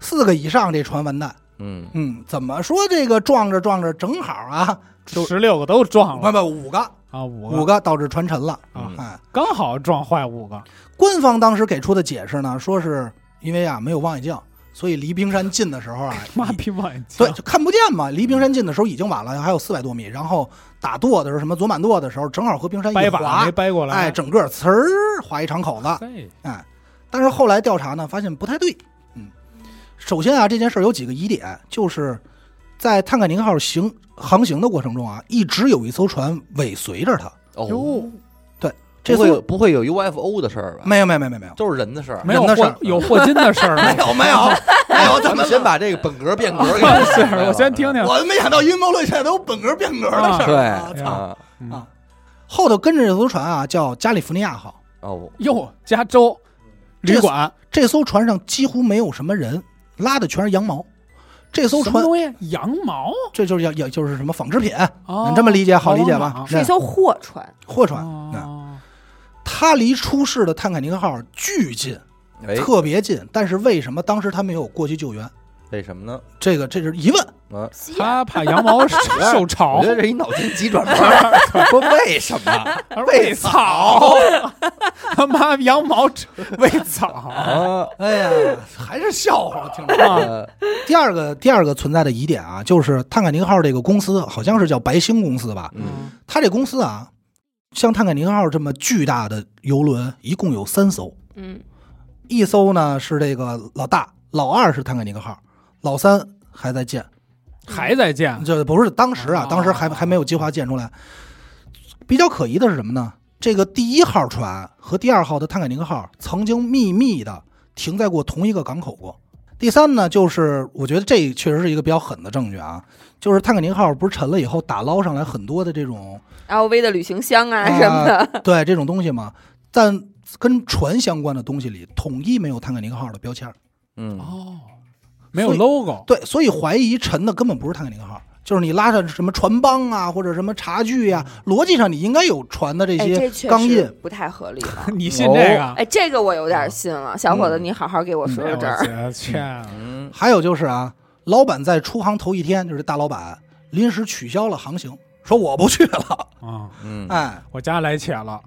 四个以上这船完蛋。
嗯，
嗯，怎么说这个撞着撞着正好啊，就
十六个都撞
不
了
不五个
啊，五
五
个
个导致船沉了。
嗯
啊
哎，
刚好撞坏五个。，
官方当时给出的解释呢，说是因为啊没有望远镜，所以离冰山近的时候啊
妈逼望远镜
对，就看不见嘛。离冰山近的时候已经晚了，还有四百多米。然后打舵的时候，什么左满舵的时候，正好和冰山一
掰把
滑
没，掰过来。
哎，整个呲儿划一敞口子。
嘿
哎，但是后来调查呢，发现不太对。嗯，首先啊，这件事儿有几个疑点，就是在泰坦尼克号行航行的过程中啊，一直有一艘船尾随着它。
哦，
哟，
不
这
会有
艘
不会有 UFO 的事儿吧？
没有没有没有没有，
都是人的事儿。
没有
人的事儿
霍有霍金的事
(laughs)
儿 (laughs) 吗？
有没有没有，
咱们先把这个本格变格给
(laughs) 是我先听听。
我没想到阴谋论现在都有本格变格的事儿啊。
对
操、
啊，
嗯
啊后头跟着这艘船啊，叫加利福尼亚号。
哦，
哟，加州
这
旅馆，
这艘船上几乎没有什么人，拉的全是羊毛。这艘
什么
船，
东西？羊毛？
这就是羊羊，就是什么纺织品，
哦
你这么理解好理解
毛
吧？嗯
囊
是一艘货船，
货船。嗯
哦，
它离出事的泰坦尼克号巨近，
哎，
特别近。但是为什么当时他没有过去救援？
为什么呢？
这个这是疑问。
嗯，
吸眼
他怕羊毛受潮
我觉，得这一脑筋急转
(laughs)
弯，说为什么
而喂草，他妈羊毛喂草，
啊？
哎呀， (laughs) 还是笑话，听着。
啊
呃
第二个第二个存在的疑点啊，就是探坎尼克号这个公司，好像是叫白星公司吧？
嗯
它这公司啊，像探坎尼克号这么巨大的游轮，一共有三艘，
嗯
一艘呢是这个老大，老二是探坎尼克号，老三还在建，
还在建，
这不是当时啊
哦，
当时还还没有计划建出来。比较可疑的是什么呢？这个第一号船和第二号的探坎尼克号曾经秘密的停在过同一个港口过。第三呢，就是我觉得这确实是一个比较狠的证据啊，就是探坎尼克号不是沉了以后打捞上来很多的这种
，LV 的旅行箱啊什么的，
对这种东西嘛，但跟船相关的东西里统一没有探坎尼克号的标签儿。
嗯，
哦，没有
所以
logo，
对，所以怀疑沉的根本不是探坎尼克号，就是你拉上什么船帮啊，或者什么茶具呀、逻辑上你应该有船的这
哎，
些
这确
钢
实
印。
不太合理
(laughs)
了。
你信这
哦
个？
哎，这个我有点信了，小伙子，你好好给我说
哎
说
我
这儿。
觉得天啊
嗯
还有就是啊，老板在出航头一天，就是大老板临时取消了航行，说我不去了，
啊！
嗯，
哎，
我家来且了，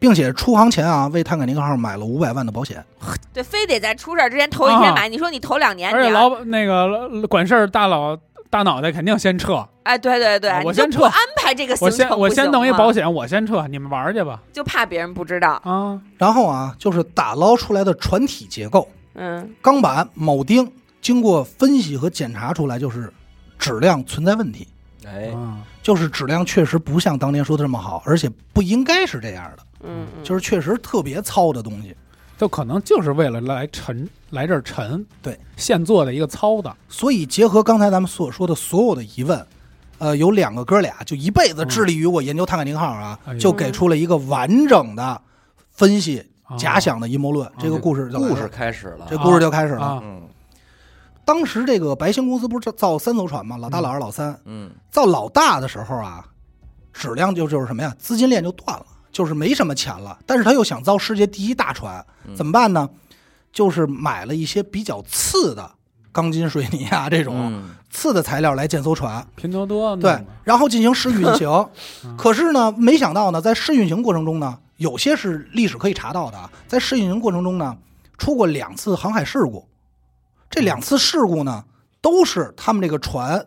并且出航前啊，为探坎尼克号买了五百万的保险。
对，非得在出事儿之前头一天买，你说你头两年，
啊而且
你
老板那个管事儿大佬大脑袋肯定先撤，
哎，对对对，
啊我
你就
先
不
撤
安排这个行
我
程
先
不
我先
行
弄一
吗
保，险，我先撤，你们玩儿去吧
就怕别人不知道。
啊！
然后啊，就是打捞出来的船体结构，
嗯
钢板、铆钉，经过分析和检查出来，就是质量存在问题。
哎，
啊
就是质量确实不像当年说的这么好，而且不应该是这样的，
嗯，嗯
就是确实特别糙的东西。
就可能就是为了来沉来这儿沉，
对，
现做的一个操的，
所以结合刚才咱们所说的所有的疑问，呃，有两个哥俩就一辈子致力于我研究探坎尼克号啊，
哎呦
就给出了一个完整的分析
啊
假想的阴谋论。这个故事就来了
故事开始了，
这故事就开始了。
啊
嗯
当时这个白星公司不是造三艘船吗？老大、老二、老三。
嗯
造老大的时候啊，质量就就是什么呀，资金链就断了，就是没什么钱了。但是他又想造世界第一大船，怎么办呢？就是买了一些比较次的钢筋水泥啊这种、
嗯
次的材料来建艘船，
拼多多弄
对
的，
然后进行试运行
嗯。
可是呢，没想到呢，在试运行过程中呢，有些是历史可以查到的啊，在试运行过程中呢，出过两次航海事故，这两次事故呢，都是他们这个船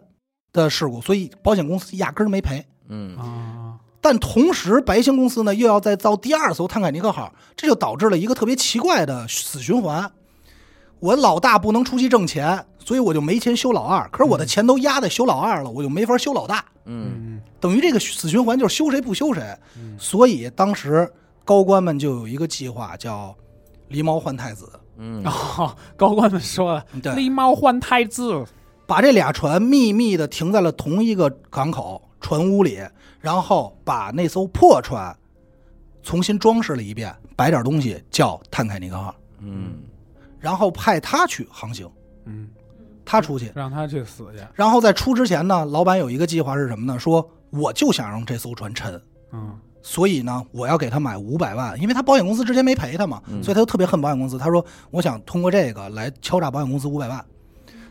的事故，所以保险公司压根儿没赔。
嗯
啊，
但同时，白星公司呢又要再造第二艘探坎尼克号，这就导致了一个特别奇怪的死循环。我老大不能出去挣钱，所以我就没钱修老二。可是我的钱都压在修老二了，我就没法修老大，
嗯
嗯，
等于这个死循环就是修谁不修谁。所以当时高官们就有一个计划叫“狸猫换太子
嗯
啊
(laughs) 然，后高官们说了，”，
对，
狸猫换太子，
把这俩船秘密的停在了同一个港口船坞里，然后把那艘破船重新装饰了一遍，摆点东西叫“探凯尼克号
嗯”，
然后派他去航行，
嗯，
他出去。
让他去死去，
然后在出之前呢，老板有一个计划是什么呢？说我就想让这艘船沉，
嗯，
所以呢，我要给他买五百万，因为他保险公司之前没赔他嘛，
嗯
所以他就特别恨保险公司。他说：“我想通过这个来敲诈保险公司五百万。”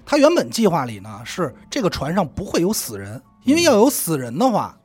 他原本计划里呢是这个船上不会有死人，因为要有死人的话，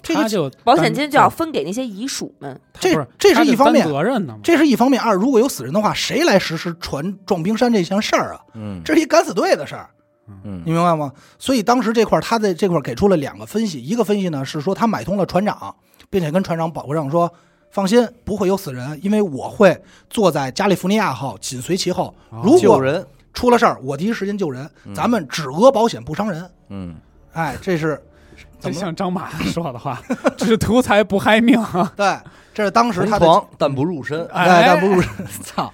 这
他
个
就
保
担
险金就要分给那些遗属们。
他不
这这
他
是一
就
方
担
面，
责任的嘛，
这是一方面。二，如果有死人的话，谁来实施船撞冰山这项事儿啊？
嗯
这是一敢死队的事儿，你
嗯
明白吗？所以当时这块儿他在这块儿给出了两个分析，一个分析呢是说他买通了船长，并且跟船长保证说，放心不会有死人，因为我会坐在加利福尼亚号紧随其后
哦，
如
救
果
人，
出了事儿，我第一时间救人，咱们只讹保险不伤人。
嗯
哎，这是
这
怎么了？
像张马说的话， (laughs) 这是图财不害命 (laughs) 啊，
对，这是当时
同
他的
床但不入身，
哎，但不如 (laughs) 操，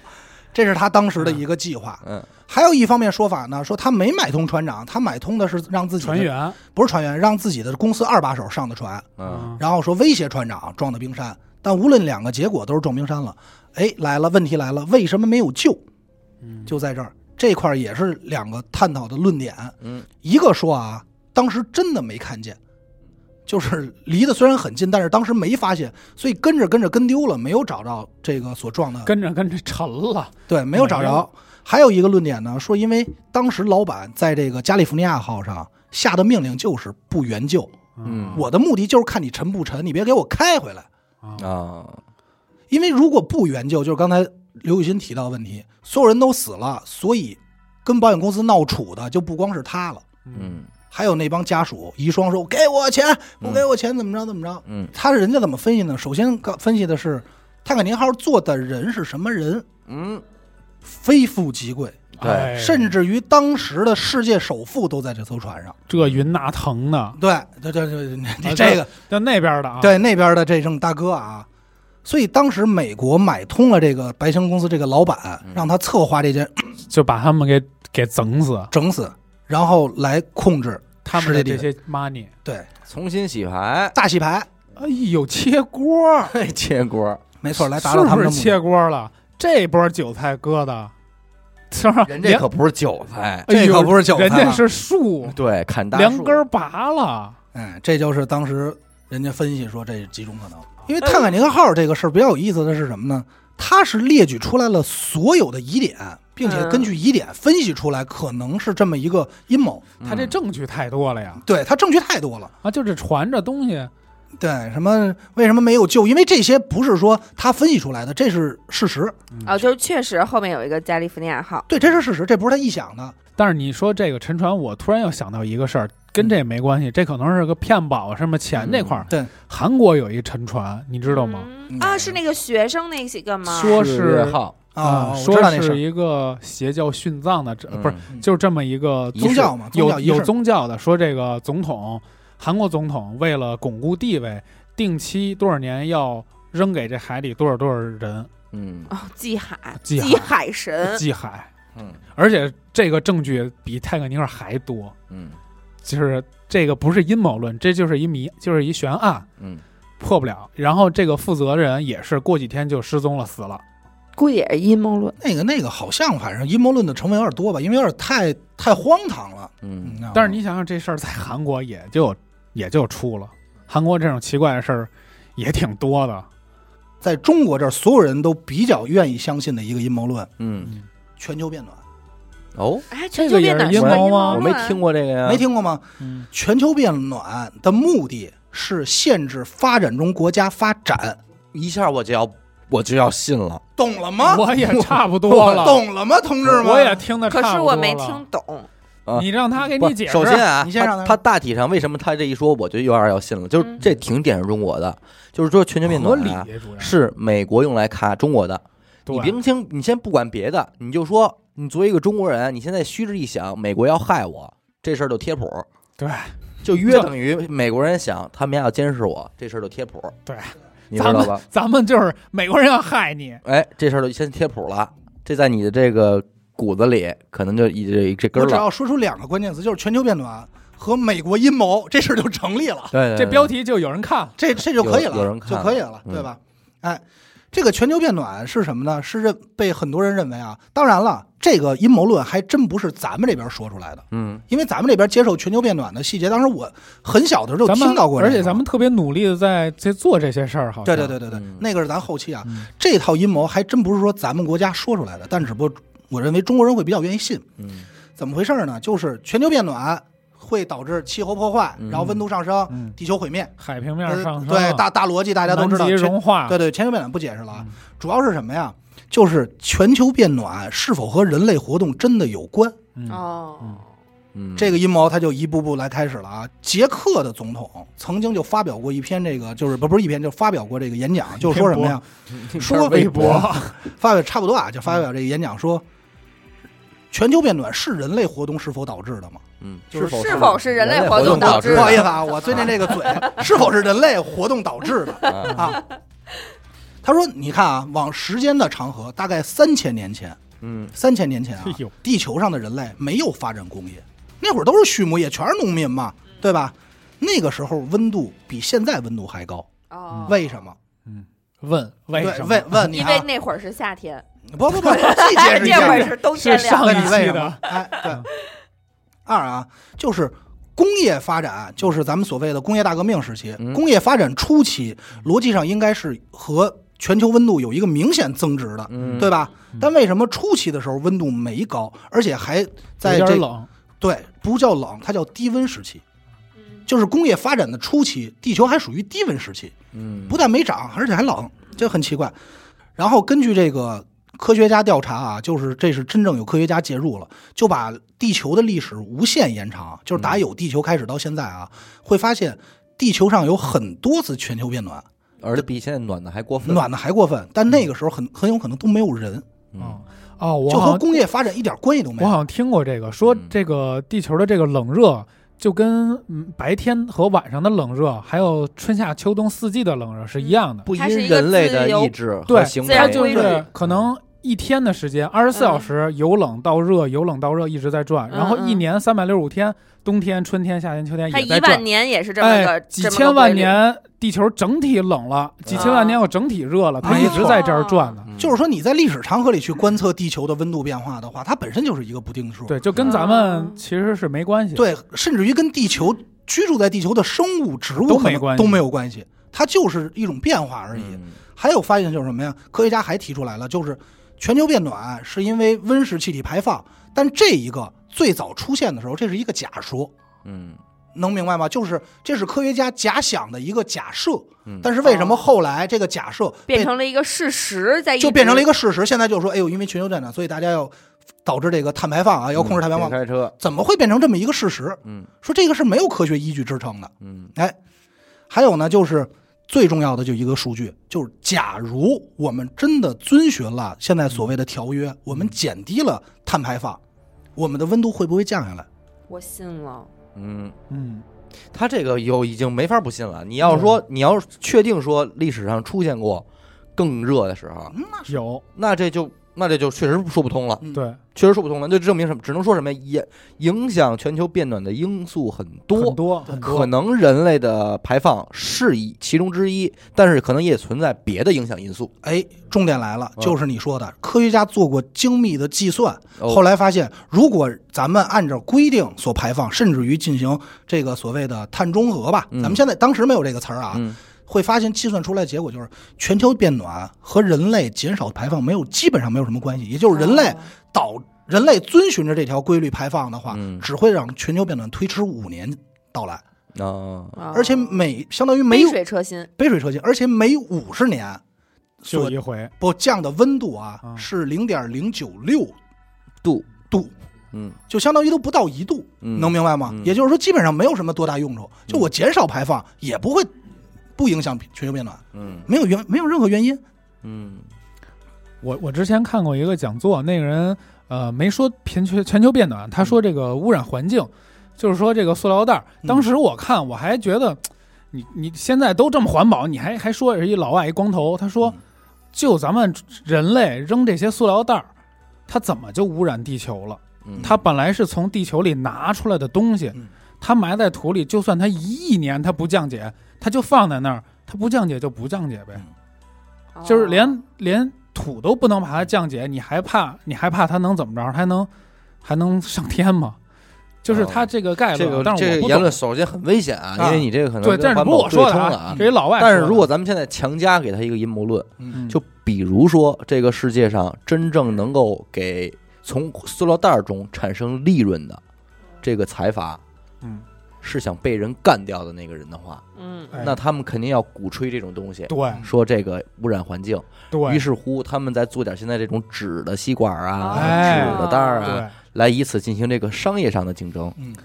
这是他当时的一个计划。
嗯
还有一方面说法呢，说他没买通船长，他买通的是让自己的
船员，
不是船员，让自己的公司二把手上的船。
嗯
然后说威胁船长撞的冰山，但无论两个结果都是撞冰山了。哎，来了，问题来了，为什么没有救？
嗯
就在这儿，这块儿也是两个探讨的论点。
嗯，
一个说啊，当时真的没看见，就是离得虽然很近，但是当时没发现，所以跟着跟着跟丢了，没有找着这个所撞的，
跟着跟着沉了，
对，没有找
没
着
了。
还有一个论点呢，说因为当时老板在这个加利福尼亚号上下的命令就是不援救。
嗯
我的目的就是看你沉不沉，你别给我开回来。
啊，
啊，
因为如果不援救，就是刚才刘雨欣提到的问题，所有人都死了，所以跟保险公司闹处的就不光是他了，
嗯
还有那帮家属遗孀说：“给我钱，不给我钱怎么着怎么着。
嗯
他人家怎么分析呢？首先刚分析的是泰坦尼克号做的人是什么人，
嗯，
非富即贵，
对，
哎
甚至于当时的世界首富都在这艘船上。
这云那腾的，
对，对对对，
啊
你这个
在那边的啊，，
对那边的这种大哥啊，所以当时美国买通了这个白星公司这个老板，
嗯
让他策划这件 (clears throat)
就把他们给给整死，
整死，然后来控制
他们
世
的
界地
这
位
些 money，
对
重新洗牌， (laughs)
大洗牌，
哎呦，切锅儿，
嘿切锅，
没错，来达到他们
是
的目
不是
的。
切锅儿了？这波韭菜割的，是不是？
人这可不是韭菜，
哎
这
呦
可不是韭菜啊嗯
人家是树，
对，砍大
连
树
根儿拔了。
哎，这就是当时人家分析说这几种可能。因为泰坦尼克号这个事儿比较有意思的是什么呢？它是列举出来了所有的疑点，并且根据疑点分析出来可能是这么一个阴谋。
嗯
他这证据太多了呀！
对，它证据太多了。
啊，就这传着东西，
对，什么为什么没有救？因为这些不是说他分析出来的，这是事实。
哦，就是确实后面有一个加利福尼亚号，
对，这是事实，这不是他臆想的。
但是你说这个沉船，我突然又想到一个事儿，跟这没关系，这可能是个骗保什么钱这块儿。
嗯对，
韩国有一沉船，你知道吗？
嗯啊，是那个学生那几个吗？
说
四
是
月号，
啊，我
说
知道那事
是
儿。
一个邪教殉葬的，这不是
嗯
就是这么一个
宗
仪式
教嘛宗教
有
仪式
有宗教的说，这个总统，韩国总统为了巩固地位，定期多少年要扔给这海里多少多少人
嗯
哦，祭海，
祭海
海神，
祭海，
嗯
而且这个证据比泰坦尼克还多，
嗯
就是这个不是阴谋论，这就是一谜，就是一悬案，
嗯，
破不了。然后这个负责人也是过几天就失踪了，死了。
估计也是阴谋论。
那个那个好像反正阴谋论的成分有点多吧，因为有点太太荒唐了。啊
嗯，
知道吗
但是你想想，这事儿在韩国也就也就出了，韩国这种奇怪的事儿也挺多的。
在中国这儿，所有人都比较愿意相信的一个阴谋论
嗯，
——全球变暖，
嗯
哦，
哎，
这
全
个
球
也
变
是
暖
阴
是个
谋
阴
吗
谋
我
论，
没听过这个呀，
没听过吗？
嗯，
全球变暖的目的是限制发展中国家发展，
一下我就要我就要信了，
懂了吗？
我也差不多了，
懂了吗，同志们？
我也听得差
可
不多
是
了。
我没听懂。
啊
你让他给
不
你解释。
首先啊，
你先让
他
他
他大体上为什么他这一说我就有点要信了，就是
嗯
这挺典型中国的，就是说全球变
合
暖
理
啊
主要
是美国用来卡中国的，
对
你别听，你先不管别的，你就说你作为一个中国人，你现在虚之一想，美国要害我这事儿就贴谱，
对，
就约等于美国人想他们家要监视我这事儿就贴谱，
对，
你知
咱
道吧
们？咱们就是美国人要害你，
哎，这事儿就先贴谱了，这在你的这个骨子里可能就已这这根
我
儿
只
了。
要说出两个关键词，就是全球变暖和美国阴谋，这事儿就成立了，
对，对
这标
对
题就有人看了。
这这就可以了，
有有人看
就
了
可以了，
嗯
对吧？哎，这个全球变暖是什么呢？是认被很多人认为啊，当然了，这个阴谋论还真不是咱们这边说出来的，
嗯
因为咱们这边接受全球变暖的细节，当时我很小的时候就
咱们
听到过这
而
个，
且咱们特别努力的在在做这些事儿，好像
对对对对对，
嗯
那个是咱后期啊，
嗯
这套阴谋还真不是说咱们国家说出来的，但只不过我认为中国人会比较愿意信。
嗯
怎么回事呢？就是全球变暖会导致气候破坏，
嗯
然后温度上升，
嗯，
地球毁灭。
海平面
呃
上升，
对，大大逻辑大家
大
都知道。全
融化，
对对，全球变暖不解释了啊
嗯，
主要是什么呀？就是全球变暖是否和人类活动真的有关？
嗯，嗯
哦，
嗯，
这个阴谋它就一步步来开始了啊。捷克的总统曾经就发表过一篇这个，就是不不是一篇，就发表过这个演讲，就是说什么呀？说
微博，
(laughs) 发表差不多啊，就发表这个演讲说，全球变暖是人类活动是否导致的吗？
嗯，
就是
否
是否是人类活动导
导
致
的
的
不好意思啊，我最近这个嘴是否是人类活动导致的 (laughs)
啊
啊？他说：“你看啊，往时间的长河，大概三千年前，
嗯
三千年前啊
哎呦，
地球上的人类没有发展工业，那会儿都是畜牧业，全是农民嘛，对吧？那个时候温度比现在温度还高，
哦，
为什么？
问为
对
什，么？
问问你
因
啊
为，那会儿是夏天，
不不不，细节是一
(laughs) 这
样
会儿
的
是冬
是
天
上
凉
问
一
你
期
为什
的
么？哎，对。二啊，就是工业发展，就是咱们所谓的工业大革命时期。
嗯
工业发展初期，逻辑上应该是和全球温度有一个明显增值的， (laughs)
嗯，
对吧？但为什么初期的时候温度没高，而且还在
有
这
点冷，
对，不叫冷，它叫低温时期，
嗯
就是工业发展的初期，地球还属于低温时期，
嗯，
不但没涨，而且还冷，这很奇怪。然后根据这个科学家调查啊，就是这是真正有科学家介入了，就把地球的历史无限延长，就是
嗯
打有地球开始到现在啊，会发现地球上有很多次全球变暖，
而且比现在暖的还过
嗯
分，
暖的还过分，但那个时候很很有可能都没有人，
嗯
哦哦，我
就
好
和
像
工业发展一点关系都没
我好
有。
像听过这个，说
嗯
这个地球的这个冷热，就跟嗯白天和晚上的冷热，还有春夏秋冬四季的冷热是一样的。
不因
它是一个
人类的
自由
意志和
对
行
自
为，
然
它
规
就
律嗯
是可能一天的时间，二十四小时由冷到热，由冷到热一直在转，然后
嗯嗯
一年三百六十五天，冬天、春天、夏天、秋天
它
也
一
在转
万。年也是这么个
哎，
这
几
么个
千
规
万
律啊
年，地球整体冷了，几千万年又整体热了，它
没
一直
错
在这儿转呢。
嗯
就是说，你在历史长河里去观测地球的温度变化的话，它本身就是一个不定数。
对，就跟咱
啊
们其实是没关系。，
对，甚至于跟地球居住在地球的生物、植物
都
可
没
能
关
都
系
没有关系，它就是一种变化而已。
嗯
还有发现就是什么呀？科学家还提出来了，就是全球变暖是因为温室气体排放，但这一个最早出现的时候，这是一个假说，
嗯
能明白吗？就是这是科学家假想的一个假设，
嗯
但是为什么
哦
后来这个假设
变成了一个事实，在
就变成了一
个
个事实？现在就说，哎呦，因为全球变暖，所以大家要导致这个碳排放啊，要控制碳
嗯
排
别
放，
开车，
怎么会变成这么一个事实？
嗯
说这个是没有科学依据支撑的。
嗯
哎，还有呢，就是最重要的就一个数据，就是假如我们真的遵循了现在所谓的条
嗯
约，我们减低了碳排放，我们的温度会不会降下来？
我信了，
嗯，
嗯，
他这个又已经没法不信了。你要说你要确定说历史上出现过更热的时候，
有
那这就那这就确实说不通了，
嗯
对
确实说不通了。那就证明什么？只能说什么呀？也影响全球变暖的因素很
很
多。
多很
可
多，
能人类的排放是一其中之一，但是可能也存在别的影响因素。
哎，重点来了，
嗯
就是你说的，科学家做过精密的计算，
哦
后来发现，如果咱们按照规定所排放，甚至于进行这个所谓的碳中和吧，
嗯
咱们现在当时没有这个词儿啊，
嗯
会发现计算出来的结果就是全球变暖和人类减少排放没有基本上没有什么关系，也就是
啊
人类
哦
导人类遵循着这条规律排放的话，
嗯
只会让全球变暖推迟五年到来，
啊，
哦
而且每相当于每
杯
有
水车薪，
杯水车薪，而且每五十年
就
所
一回。
不降的温度啊、
啊
是零点零九六
度，
度，
嗯
就相当于都不到一度，
嗯，
能明白吗？
嗯
也就是说，基本上没有什么多大用处，就我减少排放也不会不影响全球变暖，
嗯
没有原没有任何原因。
嗯
我我之前看过一个讲座，那个人呃没说贫全全球变暖，他说这个污染环境，就是说这个塑料袋儿。
嗯
当时我看我还觉得，你你现在都这么环保，你还还说是一老外一光头，他说
嗯
就咱们人类扔这些塑料袋儿，它怎么就污染地球了？
嗯，
它本来是从地球里拿出来的东西
嗯，
它埋在土里，就算它一亿年它不降解，它就放在那儿，它不降解就不降解呗。就是
哦
连连土都不能把它降解，你还怕你还怕它能怎么着？它还能还能上天吗？就是它这个概
哦这
论，啊
个
但是
这个
我不
言
懂
论。首先很危险啊，
啊
因为你这个可能
对，
跟
但是
环
不是
保
我说
对
的
冲了
啊
啊，。
这一老外说的。
但是如果咱们现在强加给他一个阴谋论，
嗯
就比如说这个世界上真正能够给从塑料袋儿中产生利润的这个财阀
嗯，
是想被人干掉的那个人的话，
嗯
哎
那他们肯定要鼓吹这种东西。
对
说这个污染环境，
对
嗯于是乎他们在做点现在这种纸的吸管啊、
哎
纸的袋儿啊，
对，
来以此进行这个商业上的竞争。
嗯，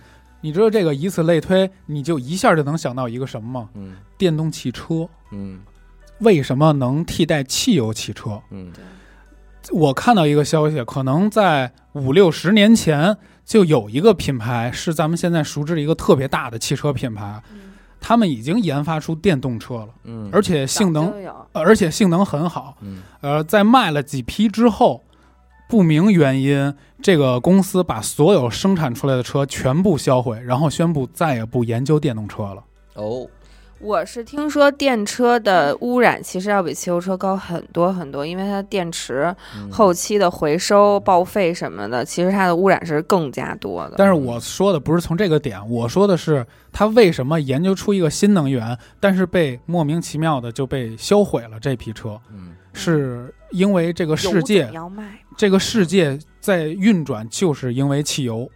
你知道这个以此类推，你就一下就能想到一个什么吗？
嗯
电动汽车
嗯
为什么能替代汽油汽车？
嗯
我看到一个消息，可能在五六十年前就有一个品牌是咱们现在熟知的一个特别大的汽车品牌，
嗯
他们已经研发出电动车了，
嗯，
而且性
早
能
就有
而且性能很好。
嗯
呃，在卖了几批之后，不明原因，这个公司把所有生产出来的车全部销毁，然后宣布再也不研究电动车了。
哦，
我是听说电车的污染其实要比汽油车高很多很多，因为它电池
嗯
后期的回收、报废什么的，其实它的污染是更加多的。
但是我说的不是从这个点，我说的是他为什么研究出一个新能源，但是被莫名其妙的就被销毁了。这批车
嗯
是因为这个
油
世界
总，要卖，
这个世界在运转，就是因为汽油。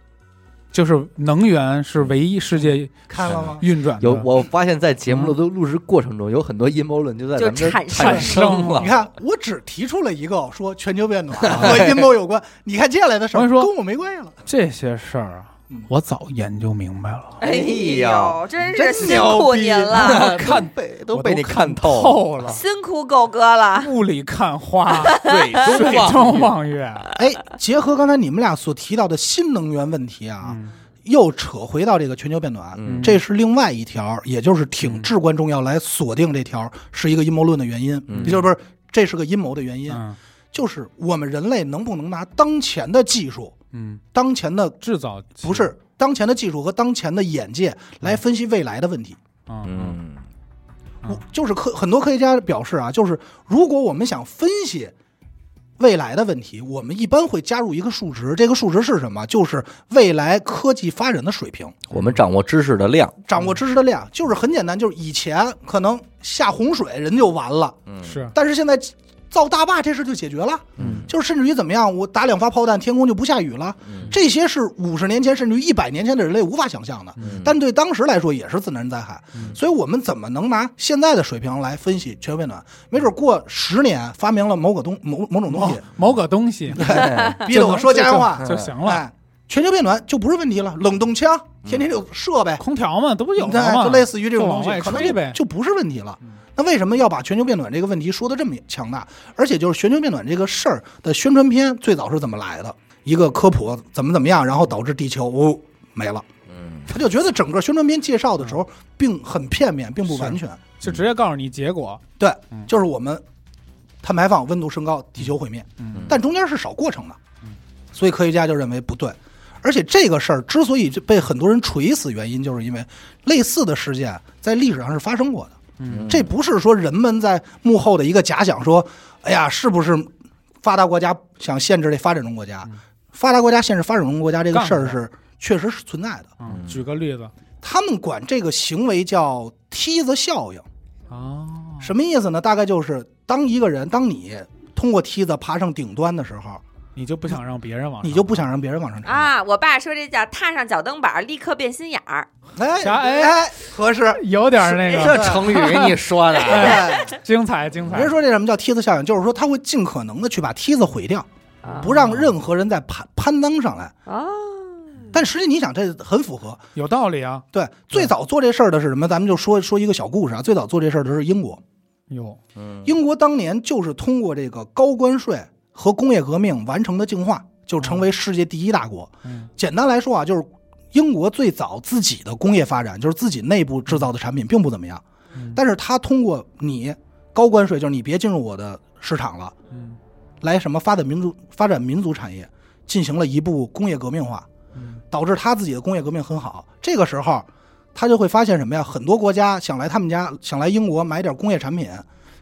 就是能源是唯一世界
看了吗？
运转的，
有我发现，在节目的录制过程中，有很多阴谋论就在咱们这
就产生
产生了
啊
你。看，我只提出了一个说全球
(laughs)
变暖和阴谋有关，你看接下来的事
我
儿
跟你说
跟我没关系了。
这些事儿啊
嗯，
我早研究明白了，
哎呦
呦，真
真
是辛
牛
苦
逼啊
您
(laughs)
了，
看被都
我
被你看透 (laughs) 了，
透了，
辛苦狗哥 (laughs) 了。
雾里
(laughs)
看花，
水
水中望月。
哎，结合刚才你们俩所提到的新能源问题啊，
嗯
又扯回到这个全球变暖，
嗯
这是另外一条，也就是挺至关重要来锁定这条
嗯
是一个阴谋论的原因，
嗯
也就是不是这是个阴谋的原因，
嗯
就是我们人类能不能拿当前的技术、
嗯，
当前的
制造机
不是当前的技术和当前的眼界来分析未来的问题。
嗯
嗯
嗯
我就是科很多科学家表示啊，就是如果我们想分析未来的问题，我们一般会加入一个数值，这个数值是什么？就是未来科技发展的水平，
我们掌握知识的量，
掌握知识的量，就是很简单，就是以前可能下洪水人就完了，
嗯
是
但是现在造大坝这事就解决了，
嗯
就是甚至于怎么样，我打两发炮弹，天空就不下雨了，
嗯
这些是五十年前甚至于一百年前的人类无法想象的。
嗯
但对当时来说也是自然灾害，
嗯
所以我们怎么能拿现在的水平来分析全球变暖？没准过十年发明了某个东某某种东西，
哦某个东西，
逼得我说家乡话
哦就，就行了。
哎，全球变暖就不是问题了。冷冻枪天天就射呗，
空调嘛，都不有了
哎
吗？
就类似于这种
就
东
往
西，
外
可能
吹
就
呗。嗯
就不是问题了。那为什么要把全球变暖这个问题说的这么强大？而且就是全球变暖这个事儿的宣传片最早是怎么来的？一个科普怎么怎么样，然后导致地球哦没了。
嗯
他就觉得整个宣传片介绍的
嗯
时候并很片面，并不完全。
就直接告诉你结果。
对
嗯，
就是我们碳排放、温度升高、地球毁灭，
嗯
但中间是少过程的，所以科学家就认为不对。而且这个事儿之所以被很多人锤死，原因就是因为类似的事件在历史上是发生过的。
嗯
这不是说人们在幕后的一个假想，说，哎呀，是不是发达国家想限制这发展中国家？
嗯
发达国家限制发展中国家这个事儿
干过
是确实是存在的。
嗯，举个例子
他们管这个行为叫梯子效应，
啊，
什么意思呢？大概就是当一个人，当你通过梯子爬上顶端的时候，
你就不想让别人往上
你就不想让别人往上爬。
啊，我爸说这叫踏上脚蹬板儿，立刻变心眼儿。
哎
啥哎
哎，合适。
(laughs) 有点那
这
个 (laughs)
成语给你说
啊
的，
哎，
精彩精彩
人。说这什么叫梯子效应，就是说他会尽可能的去把梯子毁掉，
啊
不让任何人再攀攀登上来。
啊，
但实际你想，这很符合。
有道理啊，
对，最早做这事儿的是什么？咱们就说说一个小故事啊。最早做这事儿的是英国，
有
(laughs)
嗯
英国当年就是通过这个高关税和工业革命完成的进化，就成为世界第一大国。
嗯
简单来说啊，就是英国最早自己的工业发展，就是自己内部制造的产品并不怎么样，
嗯
但是它通过你高关税，就是你别进入我的市场了，
嗯
来什么发展民族发展民族产业，进行了一步工业革命化，
嗯
导致他自己的工业革命很好。这个时候，他就会发现什么呀？很多国家想来他们家，想来英国买点工业产品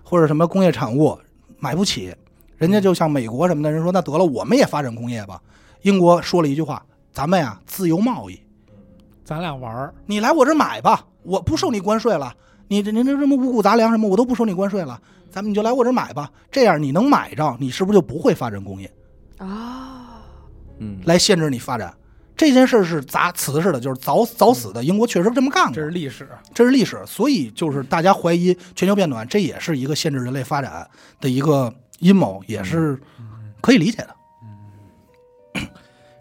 或者什么工业产物，买不起。人家就像美国什么的人说，那得了，我们也发展工业吧。英国说了一句话：“咱们呀，自由贸易，
咱俩玩儿，
你来我这儿买吧，我不收你关税了。你这、你这什么五谷杂粮什么，我都不收你关税了。咱们你就来我这儿买吧，这样你能买着，你是不是就不会发展工业？
(laughs)
哦，
嗯
来限制你发展。”这件事儿是砸瓷实的，就是早早死的。英国确实这么干过，
这是历史。
这是历史，所以就是大家怀疑全球变暖，这也是一个限制人类发展的一个阴谋，也是
嗯
可以理解的。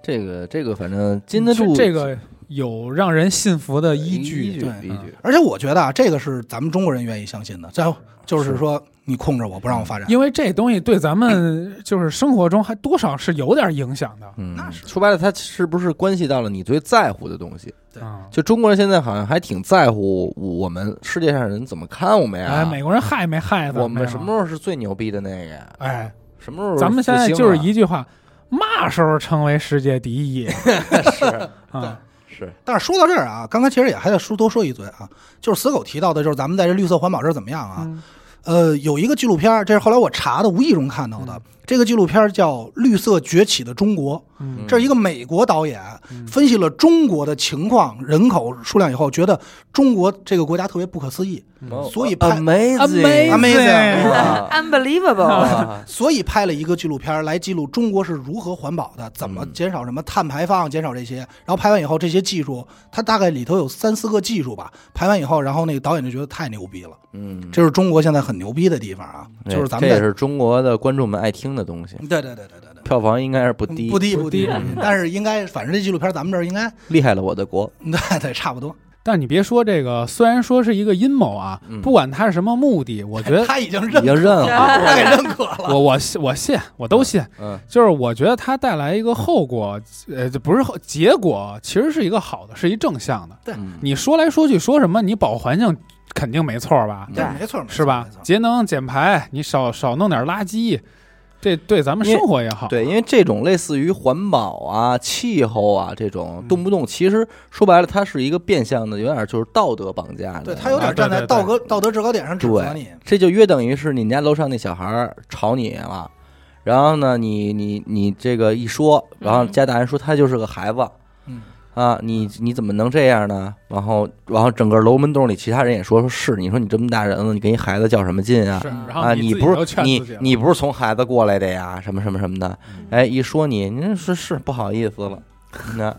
这个这个反正禁得住
这这个有让人信服的依
依
据。
据
对
依据，
而且我觉得啊，这个是咱们中国人愿意相信的。再有就是说，你控制我不让我发展，
嗯因为这东西对咱们就是生活中还多少是有点影响的，
嗯
那，是
说白了，它是不是关系到了你最在乎的东西？
对
啊，
就中国人现在好像还挺在乎我们世界上人怎么看我们
哎，
呀？
美国人害没害咱
我们
呀
什么时？候是最牛逼的那个呀？
哎，
什么时候
咱们现在
复兴
就是
啊
一句话，嘛时候成为世界第一
(laughs) 是
啊？
是
但是说到这儿啊，刚才其实也还得说多说一嘴啊，就是死狗提到的，就是咱们在这绿色环保这儿怎么样啊？
嗯
呃，有一个纪录片儿，这是后来我查的，无意中看到的，这个纪录片叫《绿色崛起的中国》，
嗯
这是一个美国导演
嗯
分析了中国的情况、人口数量以后，觉得中国这个国家特别不可思议，嗯
嗯
所以拍
哦呃 amazing，
(laughs)
啊
Amazing 啊
哇
Unbelievable， (laughs)
哇
所以拍了一个纪录片来记录中国是如何环保的，怎么
嗯
减少什么碳排放，减少这些。然后拍完以后，这些技术，它大概里头有三四个技术吧。拍完以后，然后那个导演就觉得太牛逼了，
嗯，哎
这是中国现在很牛逼的地方啊，就是咱们
这也
在
是中国的观众们爱听的东西，
对对对对对对。
票房应该是不
嗯
低，
不低
不
不低
低，
但是应该，反正这纪录片咱们这儿应该， (laughs)
厉害了我的国，
对对，差不多。
但你别说这个，虽然说是一个阴谋啊，
嗯
不管他是什么目的，我觉得
他已经
呃已
认
经
可，
认了，
(laughs) 他给认可
(laughs)
了。
我我信我信我都信，
嗯
就是我觉得它带来一个后果，呃，这不是后结果，其实是一个好的，是一正向的。
嗯，
你说来说去说什么，你保护环境肯定没错吧？
对
对，
没错，没错
是吧
没？错
节能减排，你少少弄点垃圾，这对咱们
因为
生活也好。
对，因为这种类似于环保啊、气候啊这种，
嗯
动不动其实说白了，它是一个变相的，有点就是道德绑架的。
对他有
啊
点
对
站在
对
道
对
德道德制高点上指责你。
这就约等于是你们家楼上那小孩儿吵你了，然后呢，你你你这个一说，然后家大人说他就是个孩子，
嗯
啊，你你怎么能这样呢？然后然后整个楼门洞里其他人也说说是，你说你这么大人了，你给你孩子较什么劲啊？
是，然
啊，
后
你
自己
不
都
是
劝
你
自己了嗯
你不是从孩子过来的呀？什么什么什么的，哎，一说你，您是是不好意思了， (laughs) 那。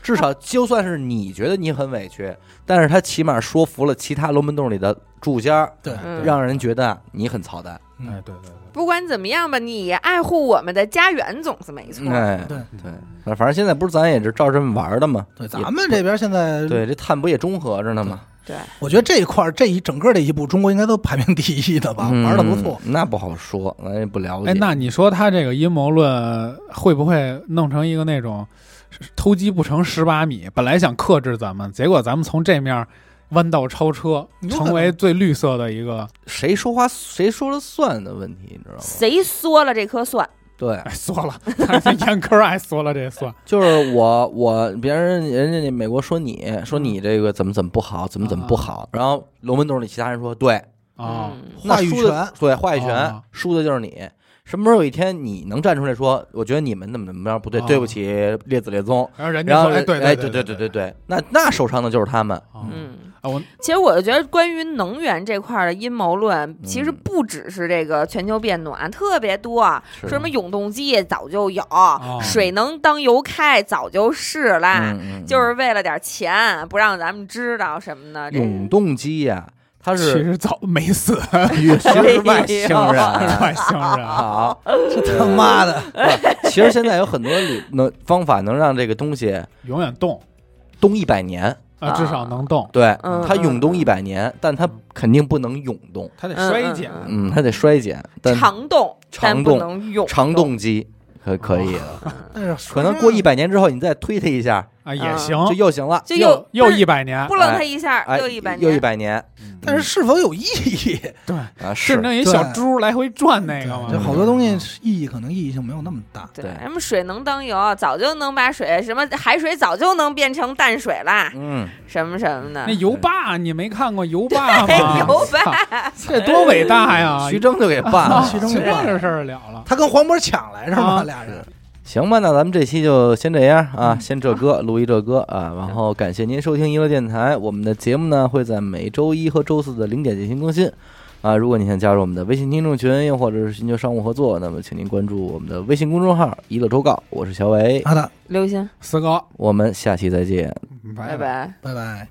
至少，就算是你觉得你很委屈，但是他起码说服了其他楼门洞里的住家儿，
对，
嗯
让人觉得你很操蛋。
嗯
哎，对对对，
不管怎么样吧，你爱护我们的家园总是没错。
哎，
对
对，反反正现在不是咱也是照这么玩儿的嘛。
对，
也
咱们这边现在，
对这碳不也中和着呢嘛？
对，
我觉得这一块儿这一整个这一步，中国应该都排名第一的吧，
嗯
玩的不错。
那不好说，咱也不了解。
哎，那你说他这个阴谋论会不会弄成一个那种是偷鸡不成蚀把米？本来想克制咱们，结果咱们从这面弯道超车，
有可能
成为最绿色的一个。
谁说话谁说了算的问题，你知道吗？
谁说了这颗蒜？
对，
哎，缩了， (laughs) 眼科爱缩了这算。
就是我我别人人家那美国说你说你这个怎么怎么不好，怎么怎么不好，然后龙门洞里其他人说对，
啊，
嗯
那
嗯话语
输的
权哦
对话语权
啊
输的就是你。什么时候有一天你能站出来说，我觉得你们怎么怎么样不对，
哦
啊
对不起列子列宗，
然后人
然
家
后
说，哎，对
哎
对
对
对
对，对，那那受伤的就是他们。
啊
嗯，
啊，我
其实我觉得关于能源这块儿的阴谋
嗯
论，其实不只是这个全球变暖，特别多啊。
是
说什么永动机早就有，
啊
哦
水能当油开早就是啦，
嗯嗯
哎就是为了点钱不让咱们知道什么的。这
永动机呀、它
其
是
实早没死，
与其实外星人。
(laughs) 外星人。
啊好，
这他妈的，
不 (laughs) 其实现在有很多理能方法能让这个东西
永远动
动一百年，
啊，至少能动，
对，
嗯
它永动一百年，但它肯定不能永动，
它得
嗯
衰减。
嗯
嗯，它得衰减，但
常动，但
常
不
动
能永
长动机可可以的，
但是
可能过一百年之后你再推它一下，
啊，
嗯
也行，
就又行了，
就
又
又
又一百年嗯
不，楞它一下，
哎，
又一百
啊又一
年。
百年
但是是否有意义？
对，
啊，
是
是
弄一
对
小猪来回转那个
这
吗？
好多东西是意义可能意义性没有那么大。
对
对，
什么水能当油，早就能把水什么海水早就能变成淡水啦，
嗯，
什么什么的
那。油霸你没看过油霸吗？
油
操
吧，
这多伟
(laughs)
大呀！
徐峥就给办
(laughs)
了
啊，徐峪
这
办
这事儿了了。
他跟黄渤抢来着嘛，
啊
俩人。
行吧，那咱们这期就先这样啊，先这歌，录一这歌啊，然后感谢您收听娱乐电台，我们的节目呢会在每周一和周四的零点进行更新啊。如果您想加入我们的微信听众群，又或者是寻求商务合作，那么请您关注我们的微信公众号“娱乐周告”，
啊
我是小伟，
好的，
刘星，
四哥，
我们下期再见。
拜
拜
拜。
拜拜。